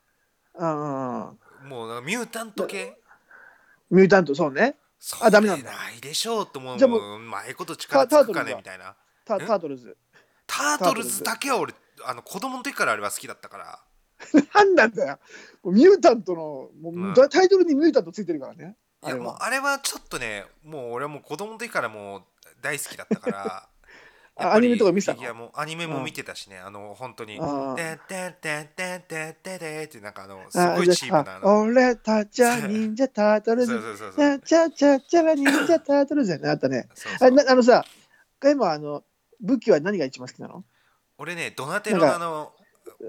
[SPEAKER 3] あ、うん
[SPEAKER 2] もうなんかミュータント系
[SPEAKER 3] ミュータント、そうね。
[SPEAKER 2] そ
[SPEAKER 3] あダメなんだ
[SPEAKER 2] ないでしょうと思う
[SPEAKER 3] じゃあもう
[SPEAKER 2] もううまいこと力つく
[SPEAKER 3] タ
[SPEAKER 2] か
[SPEAKER 3] ートルズ
[SPEAKER 2] ね
[SPEAKER 3] は
[SPEAKER 2] みたいな
[SPEAKER 3] タ
[SPEAKER 2] え
[SPEAKER 3] タートルズ。
[SPEAKER 2] タート
[SPEAKER 3] タート
[SPEAKER 2] ル
[SPEAKER 3] ルズ
[SPEAKER 2] ズだけは俺あの子供の時からあれは好きだったから
[SPEAKER 3] なんなんだよ。もうミュータントの、もう
[SPEAKER 2] うん
[SPEAKER 3] タイトルにミュータントついてるからね。
[SPEAKER 2] い
[SPEAKER 3] あ
[SPEAKER 2] や
[SPEAKER 3] れ
[SPEAKER 2] もう
[SPEAKER 3] は。
[SPEAKER 2] あれはちょっとねもう俺はもう子供の時からもう大好きだったから
[SPEAKER 3] あ
[SPEAKER 2] やっぱり
[SPEAKER 3] アニメとか見てたの
[SPEAKER 2] フィギュアもアニメも見てたしね、あの本当に
[SPEAKER 3] あ
[SPEAKER 2] てんてんてんてんてんてんてんってなんかあのす
[SPEAKER 3] あ
[SPEAKER 2] ごいチームなあ
[SPEAKER 3] あ
[SPEAKER 2] の
[SPEAKER 3] 俺たちゃ忍者タートル
[SPEAKER 2] そう
[SPEAKER 3] ズ。
[SPEAKER 2] そうそうそう
[SPEAKER 3] なちゃちゃちゃら忍者タートルズやね。あったね。
[SPEAKER 2] そうそ
[SPEAKER 3] あ
[SPEAKER 2] う
[SPEAKER 3] な あのさ、今あの武器は何が一番好きなの
[SPEAKER 2] 俺ねドナテロのあの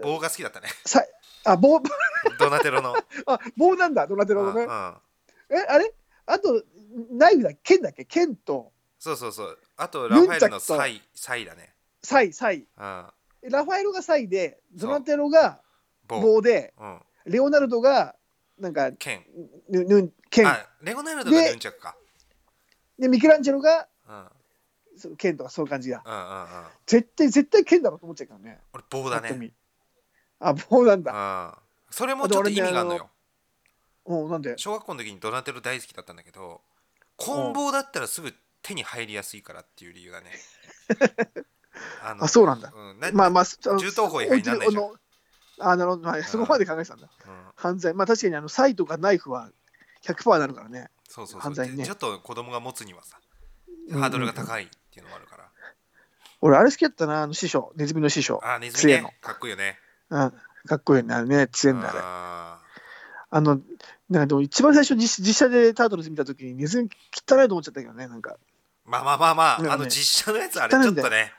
[SPEAKER 2] 棒が好きだったね
[SPEAKER 3] さあ棒
[SPEAKER 2] ドナテロの
[SPEAKER 3] あ棒なんだ、ドラテロの
[SPEAKER 2] うんう
[SPEAKER 3] ね。
[SPEAKER 2] ん
[SPEAKER 3] え、あれあと、ナイフだ、剣だっけ剣と
[SPEAKER 2] そうそうそうあとラファエルのサイサイだね
[SPEAKER 3] サイ、サイ。
[SPEAKER 2] うん
[SPEAKER 3] えラファエロがサイで、
[SPEAKER 2] そ
[SPEAKER 3] ド
[SPEAKER 2] う
[SPEAKER 3] ラテロが
[SPEAKER 2] 棒
[SPEAKER 3] 棒で、
[SPEAKER 2] うん
[SPEAKER 3] レオナルドがなんか、
[SPEAKER 2] 剣
[SPEAKER 3] ぬぬ剣。
[SPEAKER 2] あレゴナルドが
[SPEAKER 3] で
[SPEAKER 2] ヌンチャクか
[SPEAKER 3] で、ミケランジェロが
[SPEAKER 2] うんうんうん
[SPEAKER 3] その剣とかそういう感じだ。
[SPEAKER 2] うん
[SPEAKER 3] 絶対、絶対剣だろうと思っちゃうからね。
[SPEAKER 2] 俺棒だ
[SPEAKER 3] ぱっと
[SPEAKER 2] ね
[SPEAKER 3] 見あ、棒なんだ。
[SPEAKER 2] うん、それもちょっと意味があるの
[SPEAKER 3] あと俺ねあ
[SPEAKER 2] よ
[SPEAKER 3] おうなんで
[SPEAKER 2] 小学校の時にドナテロ大好きだったんだけど棍棒だったらすぐ手に入りやすいからっていう理由 だねあ
[SPEAKER 3] あ、そうなんだ。
[SPEAKER 2] うん、な
[SPEAKER 3] まあまあ、そ
[SPEAKER 2] 銃刀法違反にならないじゃん
[SPEAKER 3] おじあのあなるほど、まあ、そこまで考えてたんだ。
[SPEAKER 2] うん
[SPEAKER 3] 犯罪。まあ確かにあのサイとかナイフは100%なるからね。
[SPEAKER 2] そうそうそ
[SPEAKER 3] 犯
[SPEAKER 2] う、
[SPEAKER 3] 罪ね
[SPEAKER 2] ちょっと子供が持つにはさハードルが
[SPEAKER 3] い。
[SPEAKER 2] 高いっていうのもあるから、
[SPEAKER 3] 俺、あれ好きだったな、あの師匠、ネズミの師匠。
[SPEAKER 2] あーネズミ
[SPEAKER 3] 強いの
[SPEAKER 2] ねかっこいいよね
[SPEAKER 3] うん、かっこいいよね、あれね、強いんだ、あれ。
[SPEAKER 2] あ
[SPEAKER 3] あの、なんかでも一番最初実、実写でタートルズ見たときに、ネズミ汚いと思っちゃったけどね、なんか。
[SPEAKER 2] ーまあまあまあまあ、
[SPEAKER 3] ね
[SPEAKER 2] あの実写のやつあれち
[SPEAKER 3] 汚
[SPEAKER 2] ょ
[SPEAKER 3] い
[SPEAKER 2] っ
[SPEAKER 3] んだよ
[SPEAKER 2] とね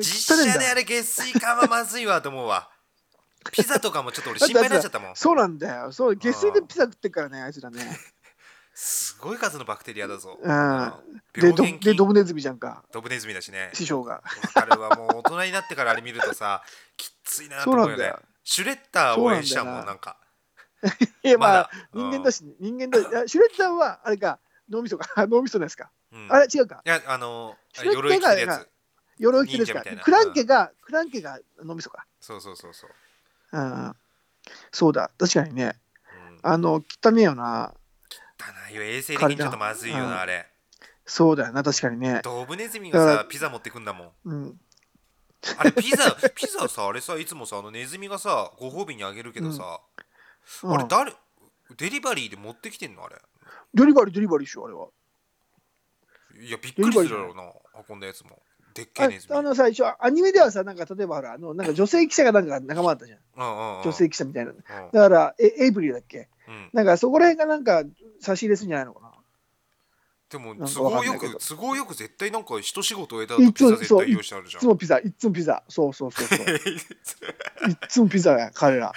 [SPEAKER 2] 実
[SPEAKER 3] 汚いん
[SPEAKER 2] 写
[SPEAKER 3] だ
[SPEAKER 2] であれ下水管はまずいわと思うわピザとかもちょっ と俺心配になっちゃったもん
[SPEAKER 3] そうなんだよ。そう、下水でピザ食ってっからね、あいつらね。
[SPEAKER 2] すごい数のバクテリアだぞ
[SPEAKER 3] うん
[SPEAKER 2] あの
[SPEAKER 3] で、
[SPEAKER 2] 病
[SPEAKER 3] ど
[SPEAKER 2] 原
[SPEAKER 3] で
[SPEAKER 2] 菌
[SPEAKER 3] ドブネズミじゃんか、
[SPEAKER 2] ドブネズミだしね
[SPEAKER 3] 師匠が。
[SPEAKER 2] わかるわもう大人になってからあれ見るとさきっついなと
[SPEAKER 3] そう
[SPEAKER 2] 思
[SPEAKER 3] な
[SPEAKER 2] うよ
[SPEAKER 3] んだ
[SPEAKER 2] ね
[SPEAKER 3] よ。
[SPEAKER 2] シュレッダーを応援したもん
[SPEAKER 3] そう
[SPEAKER 2] な
[SPEAKER 3] なんだよなん
[SPEAKER 2] か
[SPEAKER 3] いや、まあ、
[SPEAKER 2] まだ
[SPEAKER 3] 人間だし、人間だしいや、シュレッダーは、あれか、脳みそか、 脳みそのやつか。
[SPEAKER 2] うん
[SPEAKER 3] あれ、違うか。
[SPEAKER 2] いやあの
[SPEAKER 3] シュレッダーが
[SPEAKER 2] 鎧着てるやつ
[SPEAKER 3] 鎧着てるやつ
[SPEAKER 2] 忍者みたいな
[SPEAKER 3] か。クランケが、クランケが脳みそか。
[SPEAKER 2] そうそうそうそう、
[SPEAKER 3] うん。そうだ、確かにね。
[SPEAKER 2] うん、
[SPEAKER 3] あの、汚ねえよな。
[SPEAKER 2] だな衛生的にちょっとまずいよ
[SPEAKER 3] うん
[SPEAKER 2] なあれ
[SPEAKER 3] そうだよな、確かにね。
[SPEAKER 2] ドブネズミが
[SPEAKER 3] だか
[SPEAKER 2] さ
[SPEAKER 3] ら
[SPEAKER 2] ピザ持ってくんだもん
[SPEAKER 3] うん。
[SPEAKER 2] あれピザ ピザさあれさいつもさあのネズミがさご褒美にあげるけどさ、あ
[SPEAKER 3] う
[SPEAKER 2] れ
[SPEAKER 3] ん
[SPEAKER 2] 誰デリバリーで持ってきてんのあれ
[SPEAKER 3] デリバリー、デリバリーっしょ、あれは。
[SPEAKER 2] いやびっくりするだろうな運んだやつもでっけえネズミ
[SPEAKER 3] ああの、最初、アニメではさ、なんか、例えばほら、あの、なんか女性記者がなんか仲間だったじゃん。
[SPEAKER 2] 女
[SPEAKER 3] 女性記者みたいな。だ
[SPEAKER 2] うん
[SPEAKER 3] から、えエイブリーだっけ
[SPEAKER 2] うん、
[SPEAKER 3] なんか、そこら辺がなんか、差し入れするんじゃないのかな。
[SPEAKER 2] でも
[SPEAKER 3] なんか
[SPEAKER 2] 都合よ
[SPEAKER 3] わかんない
[SPEAKER 2] く
[SPEAKER 3] け
[SPEAKER 2] 都合よく絶対なんか一仕事終えた後
[SPEAKER 3] いつ
[SPEAKER 2] ピザ絶
[SPEAKER 3] そう
[SPEAKER 2] 対用意してあるじ
[SPEAKER 3] い
[SPEAKER 2] ゃん
[SPEAKER 3] つもピザ、いつもピザ。そうそうそうそう。いつもピザや、彼ら。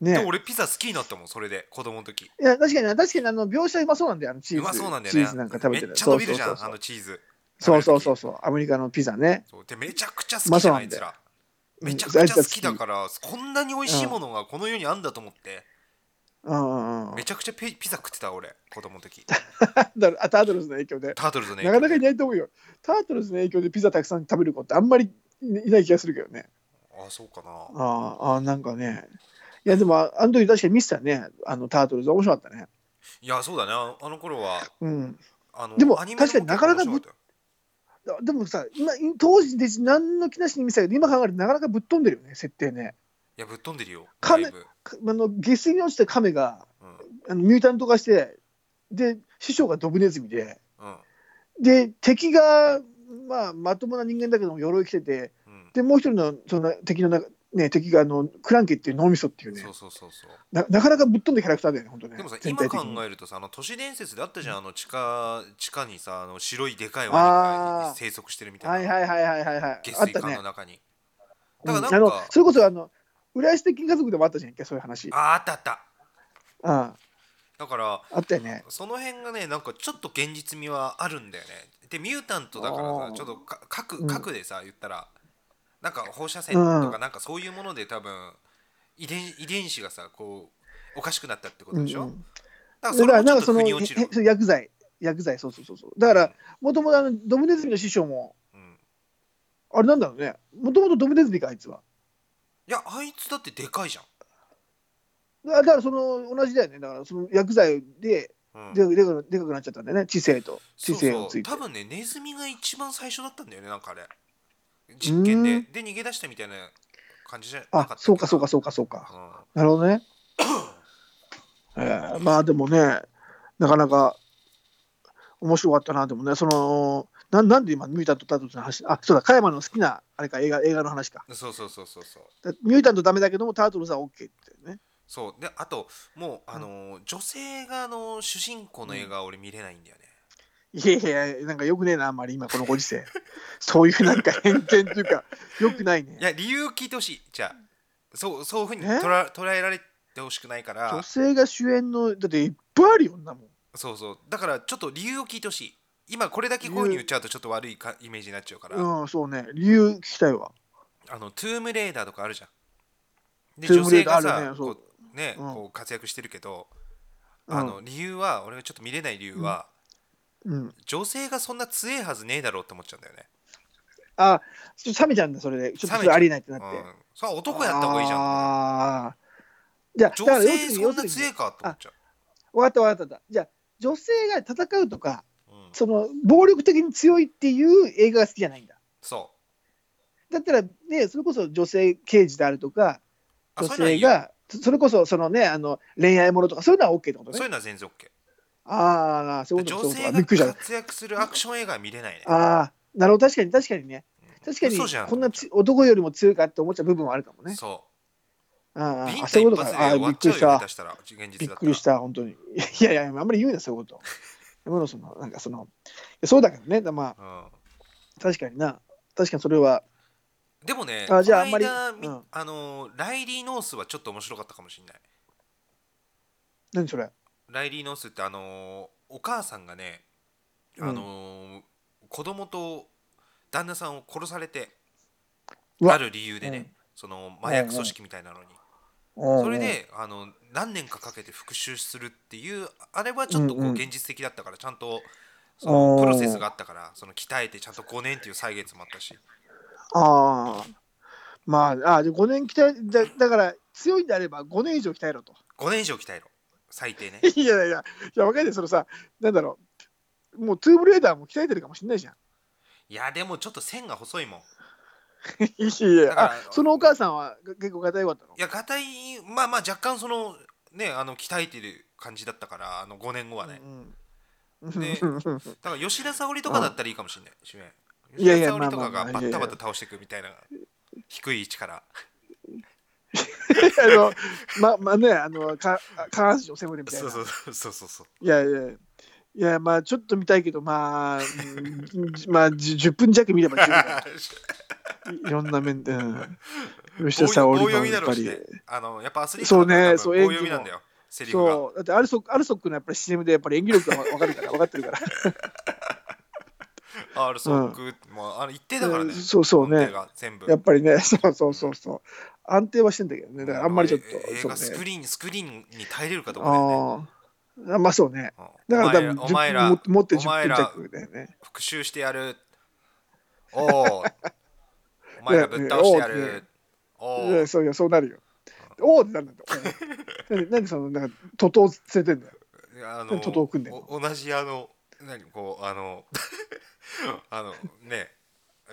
[SPEAKER 2] で
[SPEAKER 3] ね
[SPEAKER 2] 俺ピザ好きになったもんそれで子供の時
[SPEAKER 3] いや、確かに、確かに、あの、描写うまそうなんだよ、あのチー
[SPEAKER 2] う
[SPEAKER 3] ズ。
[SPEAKER 2] まそうなんだよ
[SPEAKER 3] チ
[SPEAKER 2] ね
[SPEAKER 3] ーズなんか食べてる。
[SPEAKER 2] めっちゃ伸びるじゃん
[SPEAKER 3] そう
[SPEAKER 2] あ
[SPEAKER 3] そうそう
[SPEAKER 2] のチーズ
[SPEAKER 3] そうそうそううそう、アメリカのピザね。
[SPEAKER 2] そうでめちゃくちゃ好
[SPEAKER 3] うま
[SPEAKER 2] きじ
[SPEAKER 3] そ
[SPEAKER 2] ゃん
[SPEAKER 3] うな
[SPEAKER 2] あい
[SPEAKER 3] ん
[SPEAKER 2] つ
[SPEAKER 3] だよ
[SPEAKER 2] ら
[SPEAKER 3] うん
[SPEAKER 2] めちゃくちゃ好きだから、こんなに美味しいものがこの世にあんだと思って、
[SPEAKER 3] うんうんうん。
[SPEAKER 2] めちゃくちゃピピザ食ってた俺子供の 時
[SPEAKER 3] だからあタートルズの影響で。
[SPEAKER 2] タートルズね
[SPEAKER 3] なかなかいないと思うよ。タートルズの影響でピザたくさん食べる子ってあんまりいない気がするけどね。
[SPEAKER 2] あそうかな
[SPEAKER 3] ああ、あなんかね。いや、でも、ああの時確かに見てたね、あのタートルズ。面白かったね。
[SPEAKER 2] いやそうだねああの頃は
[SPEAKER 3] うん。
[SPEAKER 2] あの
[SPEAKER 3] でも
[SPEAKER 2] アニメの
[SPEAKER 3] 確かになかなか
[SPEAKER 2] 結構面白ったよ
[SPEAKER 3] だでもさ、今当時で何の気なしに見てたけど、今考えるとなかなかぶっ飛んでるよね、設定ね。
[SPEAKER 2] いやぶっ飛んでるよ
[SPEAKER 3] かな
[SPEAKER 2] だいぶ
[SPEAKER 3] かあの下水に落ちた亀が
[SPEAKER 2] うん
[SPEAKER 3] あのミュータント化して、で、師匠がドブネズミで、
[SPEAKER 2] うん
[SPEAKER 3] で、敵が、まあ、まともな人間だけども鎧着てて、
[SPEAKER 2] うん
[SPEAKER 3] でもう一人のその敵のなね、敵があのクランケっていう脳みそっていうね
[SPEAKER 2] そうそうそうそう
[SPEAKER 3] な、なかなかぶっ飛んだキャラクターだよね、本当ね。
[SPEAKER 2] でもさ
[SPEAKER 3] 全
[SPEAKER 2] 今
[SPEAKER 3] 体的
[SPEAKER 2] 考
[SPEAKER 3] に
[SPEAKER 2] えるとさあの都市伝説であったじゃんあの地下地下にさあの白いでかいワニが
[SPEAKER 3] あー
[SPEAKER 2] 生息してるみたいな
[SPEAKER 3] はいはいはいはいはいはい。あ
[SPEAKER 2] 下
[SPEAKER 3] っ
[SPEAKER 2] 水
[SPEAKER 3] た
[SPEAKER 2] 管
[SPEAKER 3] ね
[SPEAKER 2] の。中に、
[SPEAKER 3] う
[SPEAKER 2] だからなん
[SPEAKER 3] ん
[SPEAKER 2] か
[SPEAKER 3] あのそれこそあの浦安鉄筋家族でもあったじゃんけ、そういう話。
[SPEAKER 2] ああったあった
[SPEAKER 3] うん、あ
[SPEAKER 2] だから
[SPEAKER 3] ったよね。
[SPEAKER 2] その辺がねなんかちょっと現実味はあるんだよねでミュータントだから
[SPEAKER 3] あ
[SPEAKER 2] さ
[SPEAKER 3] ー
[SPEAKER 2] ちょっとか
[SPEAKER 3] う
[SPEAKER 2] 核
[SPEAKER 3] ん
[SPEAKER 2] 核でさ言ったらなんか放射線とかなんかそういうもので多分遺伝遺伝子がさこうおかしくなったってことでしょ、
[SPEAKER 3] うんうん
[SPEAKER 2] だからそ
[SPEAKER 3] だか
[SPEAKER 2] れ
[SPEAKER 3] ら
[SPEAKER 2] もちょっ
[SPEAKER 3] なん
[SPEAKER 2] と
[SPEAKER 3] かそ
[SPEAKER 2] 腑
[SPEAKER 3] のへ
[SPEAKER 2] に落ちる
[SPEAKER 3] へそう薬剤、薬剤、そうそうそうそう。だから、もともとドブネズミの師匠も、
[SPEAKER 2] うんうん
[SPEAKER 3] あれなんだろうね、もともとドブネズミか、あいつは。
[SPEAKER 2] いやあいつだってでかいじ
[SPEAKER 3] だだからその同じだよね、だからその薬剤で
[SPEAKER 2] ゃん、うん、
[SPEAKER 3] ででかでかくなっちゃったんだよね、知性と知性をついて。
[SPEAKER 2] そうそう多分ねネズミが一番最初だったんだよねなんかあれ実験で
[SPEAKER 3] う
[SPEAKER 2] で逃げ出したみたいな感じじゃなかったっけ
[SPEAKER 3] あ
[SPEAKER 2] な
[SPEAKER 3] そうかそうかそうかそうか。
[SPEAKER 2] うん
[SPEAKER 3] なるほど ね。えーまあでもね、なかなか面白かったな、でもね、その、ななんで今、ミュータントとタートルズの話、あそうだ、加山の好きな、あれか、映画映画の話か。
[SPEAKER 2] そうそうそうそうそう
[SPEAKER 3] だミュータントダメだけども、タートルズは OK ってね。
[SPEAKER 2] そうであともう、あのー女性があのー主人公の映画は俺見れないんだよね、
[SPEAKER 3] いやいやいや、なんかよくねえな、あんまり今、このご時世。 そういうなんか偏見というか、よくないね
[SPEAKER 2] い。や理由聞いてほしいじゃあそうそういうふうに
[SPEAKER 3] ね
[SPEAKER 2] 捉え捉えられてほしくないか
[SPEAKER 3] 女
[SPEAKER 2] ら
[SPEAKER 3] 性が主演の、だっていっぱいあるよ、んなもん。
[SPEAKER 2] そうそうだからちょっと理由を聞いてほしい今これだけこういうふうに言っちゃうとちょっと悪いかイメージになっちゃうから、
[SPEAKER 3] うん、そうね。理由聞きたいわ。
[SPEAKER 2] あのトゥームレーダーとかあるじゃんで
[SPEAKER 3] トゥー
[SPEAKER 2] 女
[SPEAKER 3] ムレ
[SPEAKER 2] 性
[SPEAKER 3] ーダー
[SPEAKER 2] がさ
[SPEAKER 3] あるねそう
[SPEAKER 2] こうね、
[SPEAKER 3] うん
[SPEAKER 2] こう活躍してるけど、
[SPEAKER 3] うん
[SPEAKER 2] あの理由は俺がちょっと見れない理由は、
[SPEAKER 3] うん。
[SPEAKER 2] 女性がそんな強えはずねえだろうって思っちゃうんだよね
[SPEAKER 3] あ、ちょっと冷めちゃうんだ、それで。ちょっと
[SPEAKER 2] 冷めち
[SPEAKER 3] そ
[SPEAKER 2] ゃ
[SPEAKER 3] れ
[SPEAKER 2] う
[SPEAKER 3] ありえないってなって。
[SPEAKER 2] うん、それは男やった方がいいじゃん
[SPEAKER 3] ああ。じゃあ、だから
[SPEAKER 2] 女
[SPEAKER 3] 要
[SPEAKER 2] 性
[SPEAKER 3] するに、
[SPEAKER 2] そ
[SPEAKER 3] 要
[SPEAKER 2] ん
[SPEAKER 3] す
[SPEAKER 2] な
[SPEAKER 3] るに
[SPEAKER 2] 強えかと思っちゃ
[SPEAKER 3] 分かった分かった分かった。じゃあ、女性が戦うとか、
[SPEAKER 2] う、うん
[SPEAKER 3] その暴力的に強いっていう映画が好きじゃないんだ。
[SPEAKER 2] そう
[SPEAKER 3] だったら、ね、それこそ女性刑事であるとか、
[SPEAKER 2] あ
[SPEAKER 3] 女
[SPEAKER 2] そういうのはい
[SPEAKER 3] 性
[SPEAKER 2] いよ
[SPEAKER 3] が、そそれこそその、ね、あの恋愛ものとか、そういうのは OK ってこと
[SPEAKER 2] そうい
[SPEAKER 3] ね。
[SPEAKER 2] うのは全然 OK
[SPEAKER 3] ああ、そういうこと
[SPEAKER 2] 女
[SPEAKER 3] そういうこと
[SPEAKER 2] 性
[SPEAKER 3] あびっくりし
[SPEAKER 2] が
[SPEAKER 3] た。
[SPEAKER 2] 活躍するアクション映画は見れないね
[SPEAKER 3] ああ、なるほど、確かに確かにね。確か
[SPEAKER 2] そうじゃん
[SPEAKER 3] に、こんなつ男よりも強いかって思っちゃう部分はあるかもね。
[SPEAKER 2] そ
[SPEAKER 3] あ
[SPEAKER 2] う
[SPEAKER 3] ー
[SPEAKER 2] ビン
[SPEAKER 3] あ、
[SPEAKER 2] タ
[SPEAKER 3] そういう
[SPEAKER 2] 一
[SPEAKER 3] こと
[SPEAKER 2] 発で
[SPEAKER 3] か。ああ
[SPEAKER 2] 終
[SPEAKER 3] ー、
[SPEAKER 2] わ
[SPEAKER 3] びっ
[SPEAKER 2] っちゃ
[SPEAKER 3] くり
[SPEAKER 2] う
[SPEAKER 3] し
[SPEAKER 2] よ下
[SPEAKER 3] た
[SPEAKER 2] 手。したら現実だったら
[SPEAKER 3] びっくりした、本当に。い やいや、あんまり言うな、そうい うこと。でもその、なんかその、そうだけどね、だまあ、
[SPEAKER 2] うん
[SPEAKER 3] 確かにな。確かにそれは、
[SPEAKER 2] でもね、
[SPEAKER 3] あじゃあ
[SPEAKER 2] この間
[SPEAKER 3] あんま
[SPEAKER 2] み
[SPEAKER 3] りうん
[SPEAKER 2] あのーライリー・ノースはちょっと面白かったかもしれない。
[SPEAKER 3] 何それ。
[SPEAKER 2] ライリー・ノースって、あのーお母さんがね、あのー子供と旦那さんを殺されて、
[SPEAKER 3] うわ
[SPEAKER 2] ある理由でね、
[SPEAKER 3] うん
[SPEAKER 2] その麻薬組織みたいなのに、そ
[SPEAKER 3] そ
[SPEAKER 2] れ、であの何年かかけて復讐するっていう、あれはちょっとこ
[SPEAKER 3] う
[SPEAKER 2] うん
[SPEAKER 3] うん
[SPEAKER 2] 現実的だったから、ちゃんとその
[SPEAKER 3] おー
[SPEAKER 2] プロセスがあったから、その鍛えてちゃんと5年っていう歳月もあったし、
[SPEAKER 3] ああ。まあ、ああ、で5年鍛えだ、だから、強いんであれば5年以上鍛えろと。
[SPEAKER 2] 5年以上鍛えろ、最低ね。
[SPEAKER 3] いやいやいや、いや、わかんない、そのさ、なんだろう。もう、トゥームレーダーも鍛えてるかもしれないじゃん。
[SPEAKER 2] いや、でもちょっと線が細いもん。
[SPEAKER 3] いやい
[SPEAKER 2] だから
[SPEAKER 3] や、あそのお母さんはが結構硬いかったの
[SPEAKER 2] いや、がたい、まあまあ、若干その、ね、あの、鍛えてる感じだったから、あの、5年後はね。
[SPEAKER 3] うん
[SPEAKER 2] で
[SPEAKER 3] うん
[SPEAKER 2] だから、吉田沙保里とかだったらいいかもしれない、主演。
[SPEAKER 3] いやい
[SPEAKER 2] 吉田
[SPEAKER 3] や
[SPEAKER 2] 沙保里とか
[SPEAKER 3] ま
[SPEAKER 2] が
[SPEAKER 3] あまあ
[SPEAKER 2] バ
[SPEAKER 3] いや
[SPEAKER 2] ッ
[SPEAKER 3] い
[SPEAKER 2] タ
[SPEAKER 3] や
[SPEAKER 2] バタ倒していくみたいな、低い位置から。
[SPEAKER 3] あの、ま、まあね、あの、か下半身を攻めるみたい
[SPEAKER 2] そう
[SPEAKER 3] な。
[SPEAKER 2] そうそうそうそう。
[SPEAKER 3] いやいや。いやまあちょっと見たいけどまあ、うんじまあ、じ10分弱見れば十 分だいろんな面で、うん、吉田沙
[SPEAKER 2] 棒
[SPEAKER 3] 保里
[SPEAKER 2] 読
[SPEAKER 3] の
[SPEAKER 2] み
[SPEAKER 3] や
[SPEAKER 2] だ
[SPEAKER 3] っ
[SPEAKER 2] ろ
[SPEAKER 3] ぱ
[SPEAKER 2] うし
[SPEAKER 3] り
[SPEAKER 2] ね、あの、やっぱアスリート
[SPEAKER 3] そうね
[SPEAKER 2] だから
[SPEAKER 3] そう
[SPEAKER 2] 多分
[SPEAKER 3] 演
[SPEAKER 2] 棒
[SPEAKER 3] 技
[SPEAKER 2] 読み
[SPEAKER 3] も
[SPEAKER 2] なんだよ、セリフが。
[SPEAKER 3] そうだってアルソックアルソックのやっぱり CM でやっぱり演技力が分かるから分かってるから
[SPEAKER 2] あルソック、もう、あの、一定だからね。
[SPEAKER 3] そうそう
[SPEAKER 2] 音
[SPEAKER 3] ね
[SPEAKER 2] 程が全部。
[SPEAKER 3] やっぱりねそうそうそうそう安定はしてんだけどねだからあんまりちょっと
[SPEAKER 2] もうえ映
[SPEAKER 3] そう
[SPEAKER 2] 画スク
[SPEAKER 3] ね
[SPEAKER 2] リーン、スクリーンに耐えれるかどうかだよね。
[SPEAKER 3] あーあまあそうね
[SPEAKER 2] うん
[SPEAKER 3] だから多分
[SPEAKER 2] お前ら、お前ら
[SPEAKER 3] 10も持って
[SPEAKER 2] お前
[SPEAKER 3] 10分
[SPEAKER 2] ら
[SPEAKER 3] 弱だよね
[SPEAKER 2] 復讐してや る。おお。お前らぶっ倒してやる。お
[SPEAKER 3] い
[SPEAKER 2] お
[SPEAKER 3] や。そういやそうなるよおおってなんだよ おうなんでなんでそのなんか徒党つれてんだよ
[SPEAKER 2] あ
[SPEAKER 3] 何徒党組んでんの
[SPEAKER 2] お同じあの、何こう、あの、 あのね、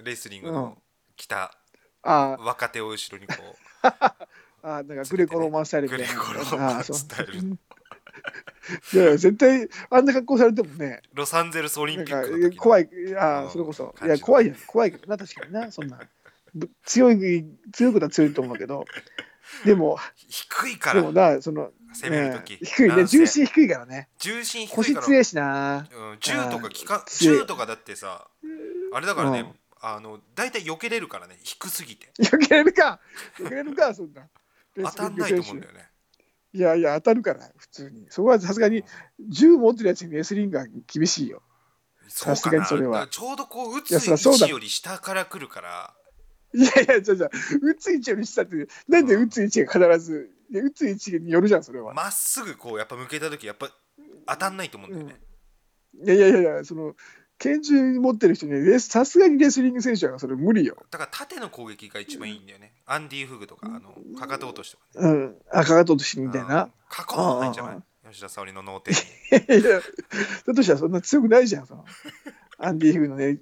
[SPEAKER 2] レスリングの来た
[SPEAKER 3] あ
[SPEAKER 2] 若手を後ろにこう、
[SPEAKER 3] ーあーなんかグレコローマンスタイル
[SPEAKER 2] グ
[SPEAKER 3] みた
[SPEAKER 2] レ
[SPEAKER 3] いな
[SPEAKER 2] コロー
[SPEAKER 3] あ
[SPEAKER 2] マ
[SPEAKER 3] ー
[SPEAKER 2] ン
[SPEAKER 3] そう
[SPEAKER 2] スタイル。
[SPEAKER 3] いやいや絶対あんな格好されてもね
[SPEAKER 2] ロサンゼルスオリ
[SPEAKER 3] な
[SPEAKER 2] ン
[SPEAKER 3] ん
[SPEAKER 2] ピッ
[SPEAKER 3] か
[SPEAKER 2] クの時
[SPEAKER 3] 怖
[SPEAKER 2] い。
[SPEAKER 3] い、あ
[SPEAKER 2] うん
[SPEAKER 3] あ、それこそ。い
[SPEAKER 2] 感じ
[SPEAKER 3] や、
[SPEAKER 2] の
[SPEAKER 3] 怖いよ、怖いけどな、確かにな、そんな。ぶ強い、強いことは強いと思うけど、でも、
[SPEAKER 2] 低いか
[SPEAKER 3] で
[SPEAKER 2] ら
[SPEAKER 3] もな、その、
[SPEAKER 2] 攻める時
[SPEAKER 3] ね低いね、
[SPEAKER 2] 男性
[SPEAKER 3] 重心低いからね。
[SPEAKER 2] 重心低い
[SPEAKER 3] 腰
[SPEAKER 2] から。
[SPEAKER 3] 強いしな。
[SPEAKER 2] うん、銃とか効か
[SPEAKER 3] うん強い
[SPEAKER 2] 銃とかだってさあれだからね、
[SPEAKER 3] うん
[SPEAKER 2] あの大体避けれるからね低すぎて
[SPEAKER 3] よけれるか、よけれるか、そんな。
[SPEAKER 2] 当たんないと思うんだよね
[SPEAKER 3] いやいや、当たるから、普通に。そこはさすがに、銃持ってるやつにレスリングは厳しいよ。
[SPEAKER 2] そう
[SPEAKER 3] さす
[SPEAKER 2] か
[SPEAKER 3] が
[SPEAKER 2] な
[SPEAKER 3] にそれは
[SPEAKER 2] だからちょうどこう打つ
[SPEAKER 3] いや
[SPEAKER 2] 位
[SPEAKER 3] そりゃそうだ
[SPEAKER 2] 置より下から来るから
[SPEAKER 3] いやいや、じゃあじゃあ撃つ位置より下って、なんで撃つ位置が必ず、いや撃つ位置によるじゃん、それは。
[SPEAKER 2] まっすぐこうやっぱ向けた時やっぱ当たんないと思うんだよね、
[SPEAKER 3] いやいやいやいや、その、拳銃持ってる人にレス、さすがにレスリング選手はそれ無理よ。
[SPEAKER 2] だから縦の攻撃が一番いいんだよね、アンディ・フグとかあのかかと落としとかね
[SPEAKER 3] うん、赤がととしみたい
[SPEAKER 2] うん
[SPEAKER 3] な。
[SPEAKER 2] かこもないんじゃな
[SPEAKER 3] うん
[SPEAKER 2] い吉田沙保里の脳天に
[SPEAKER 3] いやいやだとしたらそんな強くないじゃん、その。アンディ・フグのね、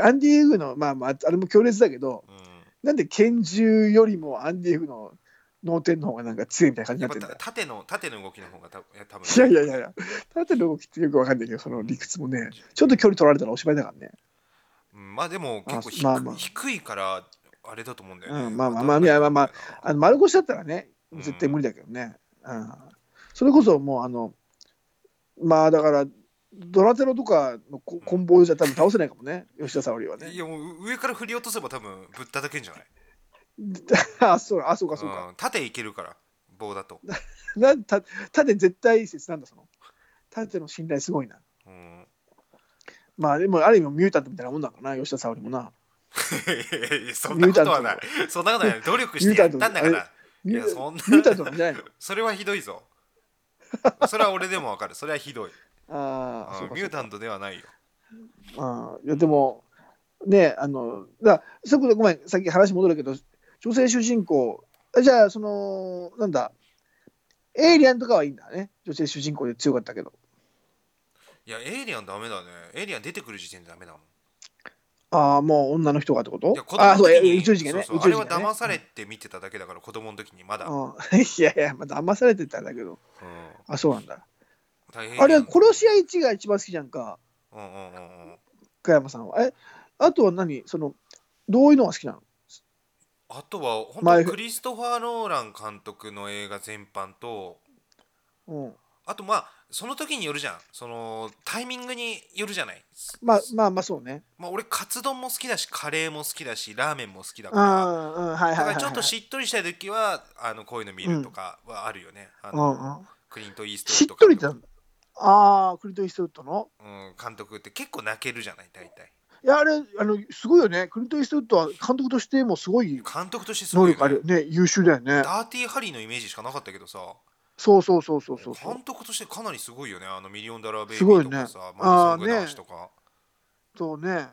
[SPEAKER 3] アンディ・フグの、まあまあ、あれも強烈だけど、
[SPEAKER 2] うん
[SPEAKER 3] なんで拳銃よりもアンディ・フグの脳天の方がなんか強いみたいな感じ
[SPEAKER 2] や
[SPEAKER 3] に
[SPEAKER 2] っ
[SPEAKER 3] なってん
[SPEAKER 2] ぱ
[SPEAKER 3] だよ。
[SPEAKER 2] 縦の縦の動きの方がたいや多分
[SPEAKER 3] いやいやいやいや、縦の動きってよくわかんないけど、その理屈もね、ちょっと距離取られたらおしまいだからね。
[SPEAKER 2] うんまあでも結構低,、
[SPEAKER 3] あまあまあ
[SPEAKER 2] 低いからあれだと思うんだよね。
[SPEAKER 3] うんまあまあまあいやまあまあの丸腰だったらね、絶対無理だけどね。うんそれこそもう、あの、まあだから、ドラテロとかのこ棍棒じゃ多分倒せないかもね、吉田沙保里はね
[SPEAKER 2] い。やもう上から振り落とせば多分ぶったたけんじゃない。
[SPEAKER 3] あ、そうあそうか、そうか。
[SPEAKER 2] うん縦いけるから棒だ と。
[SPEAKER 3] なんた縦絶対説なんだ、その。縦の信頼すごいな。
[SPEAKER 2] うん、
[SPEAKER 3] まあでも、ある意味ミュータントみたいなもんだからな、吉田沙保里もな。
[SPEAKER 2] そんなことはない。そんなことはない。努力してやったんだか
[SPEAKER 3] ミ
[SPEAKER 2] ら
[SPEAKER 3] ュータント。ミュ
[SPEAKER 2] いやそんな
[SPEAKER 3] ーミュータントなんじゃないの
[SPEAKER 2] それはひどいぞ。それは俺でもわかる。それはひどい。
[SPEAKER 3] ああ、
[SPEAKER 2] う
[SPEAKER 3] そうんか
[SPEAKER 2] ミ
[SPEAKER 3] そ
[SPEAKER 2] ュー
[SPEAKER 3] うか。
[SPEAKER 2] タントではないよ。
[SPEAKER 3] うんいやでもねあのだそこでごめんさっき話戻るけど女性主人公あじゃあそのなんだエイリアンとかはいいんだね女性主人公で強かったけど
[SPEAKER 2] いやエイリアンダメだねエイリアン出てくる時点でダメだもん
[SPEAKER 3] ああ、もう女の人がってこと
[SPEAKER 2] いや子供
[SPEAKER 3] ああ、
[SPEAKER 2] の
[SPEAKER 3] そう、
[SPEAKER 2] 時に
[SPEAKER 3] 宇宙人がね。
[SPEAKER 2] そう
[SPEAKER 3] 宇
[SPEAKER 2] そうあ
[SPEAKER 3] 宙
[SPEAKER 2] れ
[SPEAKER 3] 人
[SPEAKER 2] は
[SPEAKER 3] がね
[SPEAKER 2] 騙されて見てただけだから子供の時にまだ、うん
[SPEAKER 3] うん、 いやいや、まだ騙されてたんだけど。あ、そうなんだ。
[SPEAKER 2] 大変
[SPEAKER 3] あれ、殺し合い1が一番好きじゃんか、
[SPEAKER 2] うんうんうんうん
[SPEAKER 3] 加山さんは。え、あとは何その、どういうのが好きなの
[SPEAKER 2] あとは本
[SPEAKER 3] 前
[SPEAKER 2] 当クリストファー・ローラン監督の映画全般と
[SPEAKER 3] うん。
[SPEAKER 2] あとまあその時によるじゃんそのタイミングによるじゃない、
[SPEAKER 3] まあまあまあ、そうね。
[SPEAKER 2] まあ、俺カツ丼も好きだしカレーも好きだしラーメンも好きだ
[SPEAKER 3] う
[SPEAKER 2] から
[SPEAKER 3] ん、うん、はい
[SPEAKER 2] だ
[SPEAKER 3] は
[SPEAKER 2] か
[SPEAKER 3] いはい、
[SPEAKER 2] ら
[SPEAKER 3] はい。
[SPEAKER 2] ちょっとしっとりしたい時はあのこういうの見るとかはあるよね、あ
[SPEAKER 3] う
[SPEAKER 2] の
[SPEAKER 3] んうん、
[SPEAKER 2] クリント・イーストウ
[SPEAKER 3] し
[SPEAKER 2] ッ
[SPEAKER 3] っ
[SPEAKER 2] ド
[SPEAKER 3] とりってな
[SPEAKER 2] 監
[SPEAKER 3] んだ。ああ、クリント・イーストウッドの。
[SPEAKER 2] 督うん、監督って結構泣けるじゃない大体
[SPEAKER 3] いや、あれ、あの、すごいよね。クリント・イーストウッドは監督としてもすごい
[SPEAKER 2] 監督としてす
[SPEAKER 3] 能
[SPEAKER 2] ごいよ
[SPEAKER 3] 力あ
[SPEAKER 2] ね
[SPEAKER 3] るよね。優秀だよね。
[SPEAKER 2] ダーティー・ハリーのイメージしかなかったけどさ
[SPEAKER 3] そうそうそうそうそうそう。
[SPEAKER 2] 監督としてかなりすごいよねあのミリオンダラーベイ
[SPEAKER 3] す
[SPEAKER 2] ビ
[SPEAKER 3] ごい
[SPEAKER 2] ー
[SPEAKER 3] ね
[SPEAKER 2] とかさ、
[SPEAKER 3] あ
[SPEAKER 2] マ
[SPEAKER 3] ー
[SPEAKER 2] リソン・グランシュとか、
[SPEAKER 3] そうね。
[SPEAKER 2] うん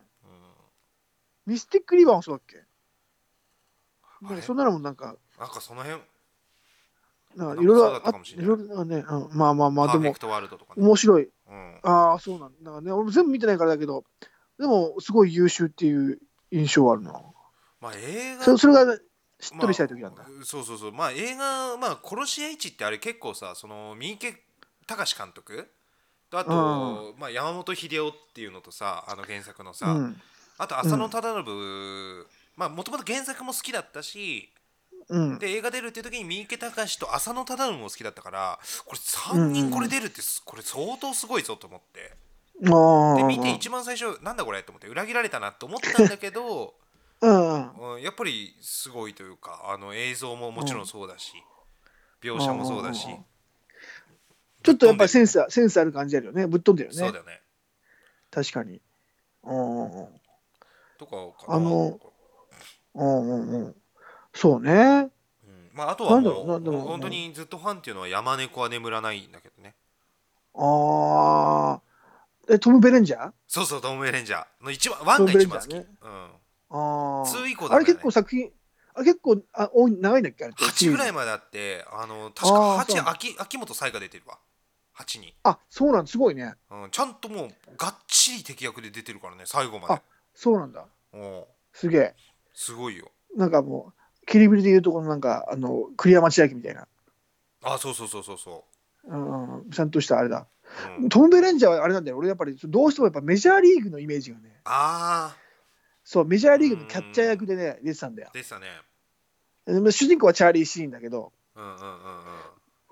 [SPEAKER 3] ミスティック・リバーもそうだっけ
[SPEAKER 2] れ
[SPEAKER 3] なんかそんなのもなんか、
[SPEAKER 2] なんかその辺
[SPEAKER 3] なんかいろいろ
[SPEAKER 2] なんかそうだった
[SPEAKER 3] あ
[SPEAKER 2] かもしれな
[SPEAKER 3] い
[SPEAKER 2] い
[SPEAKER 3] ろいろね、うん、まあまあま
[SPEAKER 2] パ
[SPEAKER 3] あ、で
[SPEAKER 2] ーフェ
[SPEAKER 3] も
[SPEAKER 2] クトワールドとかね、
[SPEAKER 3] 面白い。
[SPEAKER 2] うん、
[SPEAKER 3] ああ、そうなんだからね。俺も全部見てないからだけど、でもすごい優秀っていう印象はあるな。
[SPEAKER 2] まあ映画
[SPEAKER 3] そそれがしっとりしたい時なんだ。
[SPEAKER 2] まあそうそうそうまあ映画まあ殺し屋市ってあれ結構さその三池隆監督とあと、まあ、山本秀夫っていうのとさあの原作のさ、
[SPEAKER 3] うん。
[SPEAKER 2] あと浅野忠信、まあもともと原作も好きだったし
[SPEAKER 3] うん。
[SPEAKER 2] で映画出るっていう時に三池隆と浅野忠信も好きだったからこれ3人これ出るってすこれ相当すごいぞと思って。
[SPEAKER 3] あ
[SPEAKER 2] で
[SPEAKER 3] あ。
[SPEAKER 2] 見て一番最初なんだこれと思って裏切られたなと思ったんだけど、
[SPEAKER 3] う
[SPEAKER 2] う
[SPEAKER 3] ん。
[SPEAKER 2] ん、やっぱりすごいというかあの映像ももちろんそうだし、描写もそうだし、
[SPEAKER 3] うんうんうんちょっとやっぱりセンス、センスある感じあるよね。ぶっ飛んでる
[SPEAKER 2] そう
[SPEAKER 3] よ
[SPEAKER 2] だ
[SPEAKER 3] ね。
[SPEAKER 2] よね
[SPEAKER 3] 確かに。うんうんうん。
[SPEAKER 2] とかかな
[SPEAKER 3] あのうんうんうん。そうね。
[SPEAKER 2] うんまあ、あとは
[SPEAKER 3] なんだろう
[SPEAKER 2] も
[SPEAKER 3] な
[SPEAKER 2] う
[SPEAKER 3] でも
[SPEAKER 2] 本当にずっとファンっていうのは山猫は眠らないんだけどね
[SPEAKER 3] ああ。え、トム・ベレンジャー
[SPEAKER 2] そうそうトム・ベレンジャーの一番ワ
[SPEAKER 3] ト
[SPEAKER 2] ン
[SPEAKER 3] ム・
[SPEAKER 2] が
[SPEAKER 3] ベレ
[SPEAKER 2] 一
[SPEAKER 3] ンジ
[SPEAKER 2] 番好
[SPEAKER 3] ャー
[SPEAKER 2] き、
[SPEAKER 3] ね。
[SPEAKER 2] うん、
[SPEAKER 3] ああ。
[SPEAKER 2] 2以降だから、
[SPEAKER 3] あ
[SPEAKER 2] ね、
[SPEAKER 3] れ結構作品、あ結構あ多い長いんだっけあれって
[SPEAKER 2] 8ぐらいまであってあの確
[SPEAKER 3] あ
[SPEAKER 2] か
[SPEAKER 3] ー
[SPEAKER 2] 8
[SPEAKER 3] そうなんだ
[SPEAKER 2] 秋秋元才が出てるわ8に、
[SPEAKER 3] あそうなんだすごいね。
[SPEAKER 2] うん、ちゃんともうがっちり敵役で出てるからね最後ま
[SPEAKER 3] あそうなんだ。
[SPEAKER 2] でうん
[SPEAKER 3] すげえ。
[SPEAKER 2] すごいよ
[SPEAKER 3] なんかもう、キリビリでいうとこのなんか、あの、栗山千明みたいな。
[SPEAKER 2] あそうそうそうそうそ
[SPEAKER 3] うんうん、ちゃんとしたあれだ。
[SPEAKER 2] う、うん、
[SPEAKER 3] トム・ベレンジャーはあれなんだよ。俺やっぱりどうしてもやっぱメジャーリーグのイメージがね。
[SPEAKER 2] ああ
[SPEAKER 3] そう、メジャーリーグのキャッチャー役でね、出てたんだよ。
[SPEAKER 2] でしたね
[SPEAKER 3] でも主人公はチャーリー・シーンだけど、
[SPEAKER 2] うんうんうんうん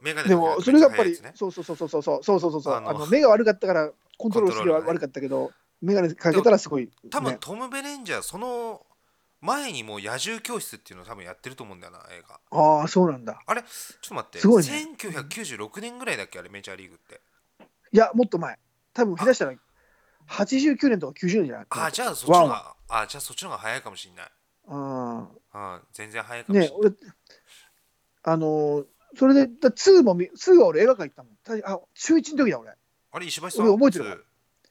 [SPEAKER 2] メガネ
[SPEAKER 3] でもそれがやっぱり、
[SPEAKER 2] ね、
[SPEAKER 3] そうそうそうそうそうそうそうそうそう
[SPEAKER 2] あの
[SPEAKER 3] あの目が悪かったからコントロールするのは
[SPEAKER 2] コントロールね
[SPEAKER 3] 悪かったけど、眼鏡かけたらすごい、ね。
[SPEAKER 2] 多分、トム・ベレンジャーその前にもう野獣教室っていうのを多分やってると思うんだよな映画
[SPEAKER 3] ああ、そうなんだ。
[SPEAKER 2] あれちょっと待って、
[SPEAKER 3] すごいね
[SPEAKER 2] 1996年ぐらいだっけあれメジャーリーグって
[SPEAKER 3] いや、もっと前。多分、下手したら89年とか90年じゃない
[SPEAKER 2] あーじゃあそっちの方があーじゃあそっちの方が早いかもしれない
[SPEAKER 3] あ
[SPEAKER 2] うん全然早いかもしれ
[SPEAKER 3] ね
[SPEAKER 2] ない、
[SPEAKER 3] 俺、あのーそれで、だ2も見、2は俺映画館行ったもん。ただあ、中1の時だ、俺。
[SPEAKER 2] あれ石橋さん
[SPEAKER 3] 俺覚えてるわ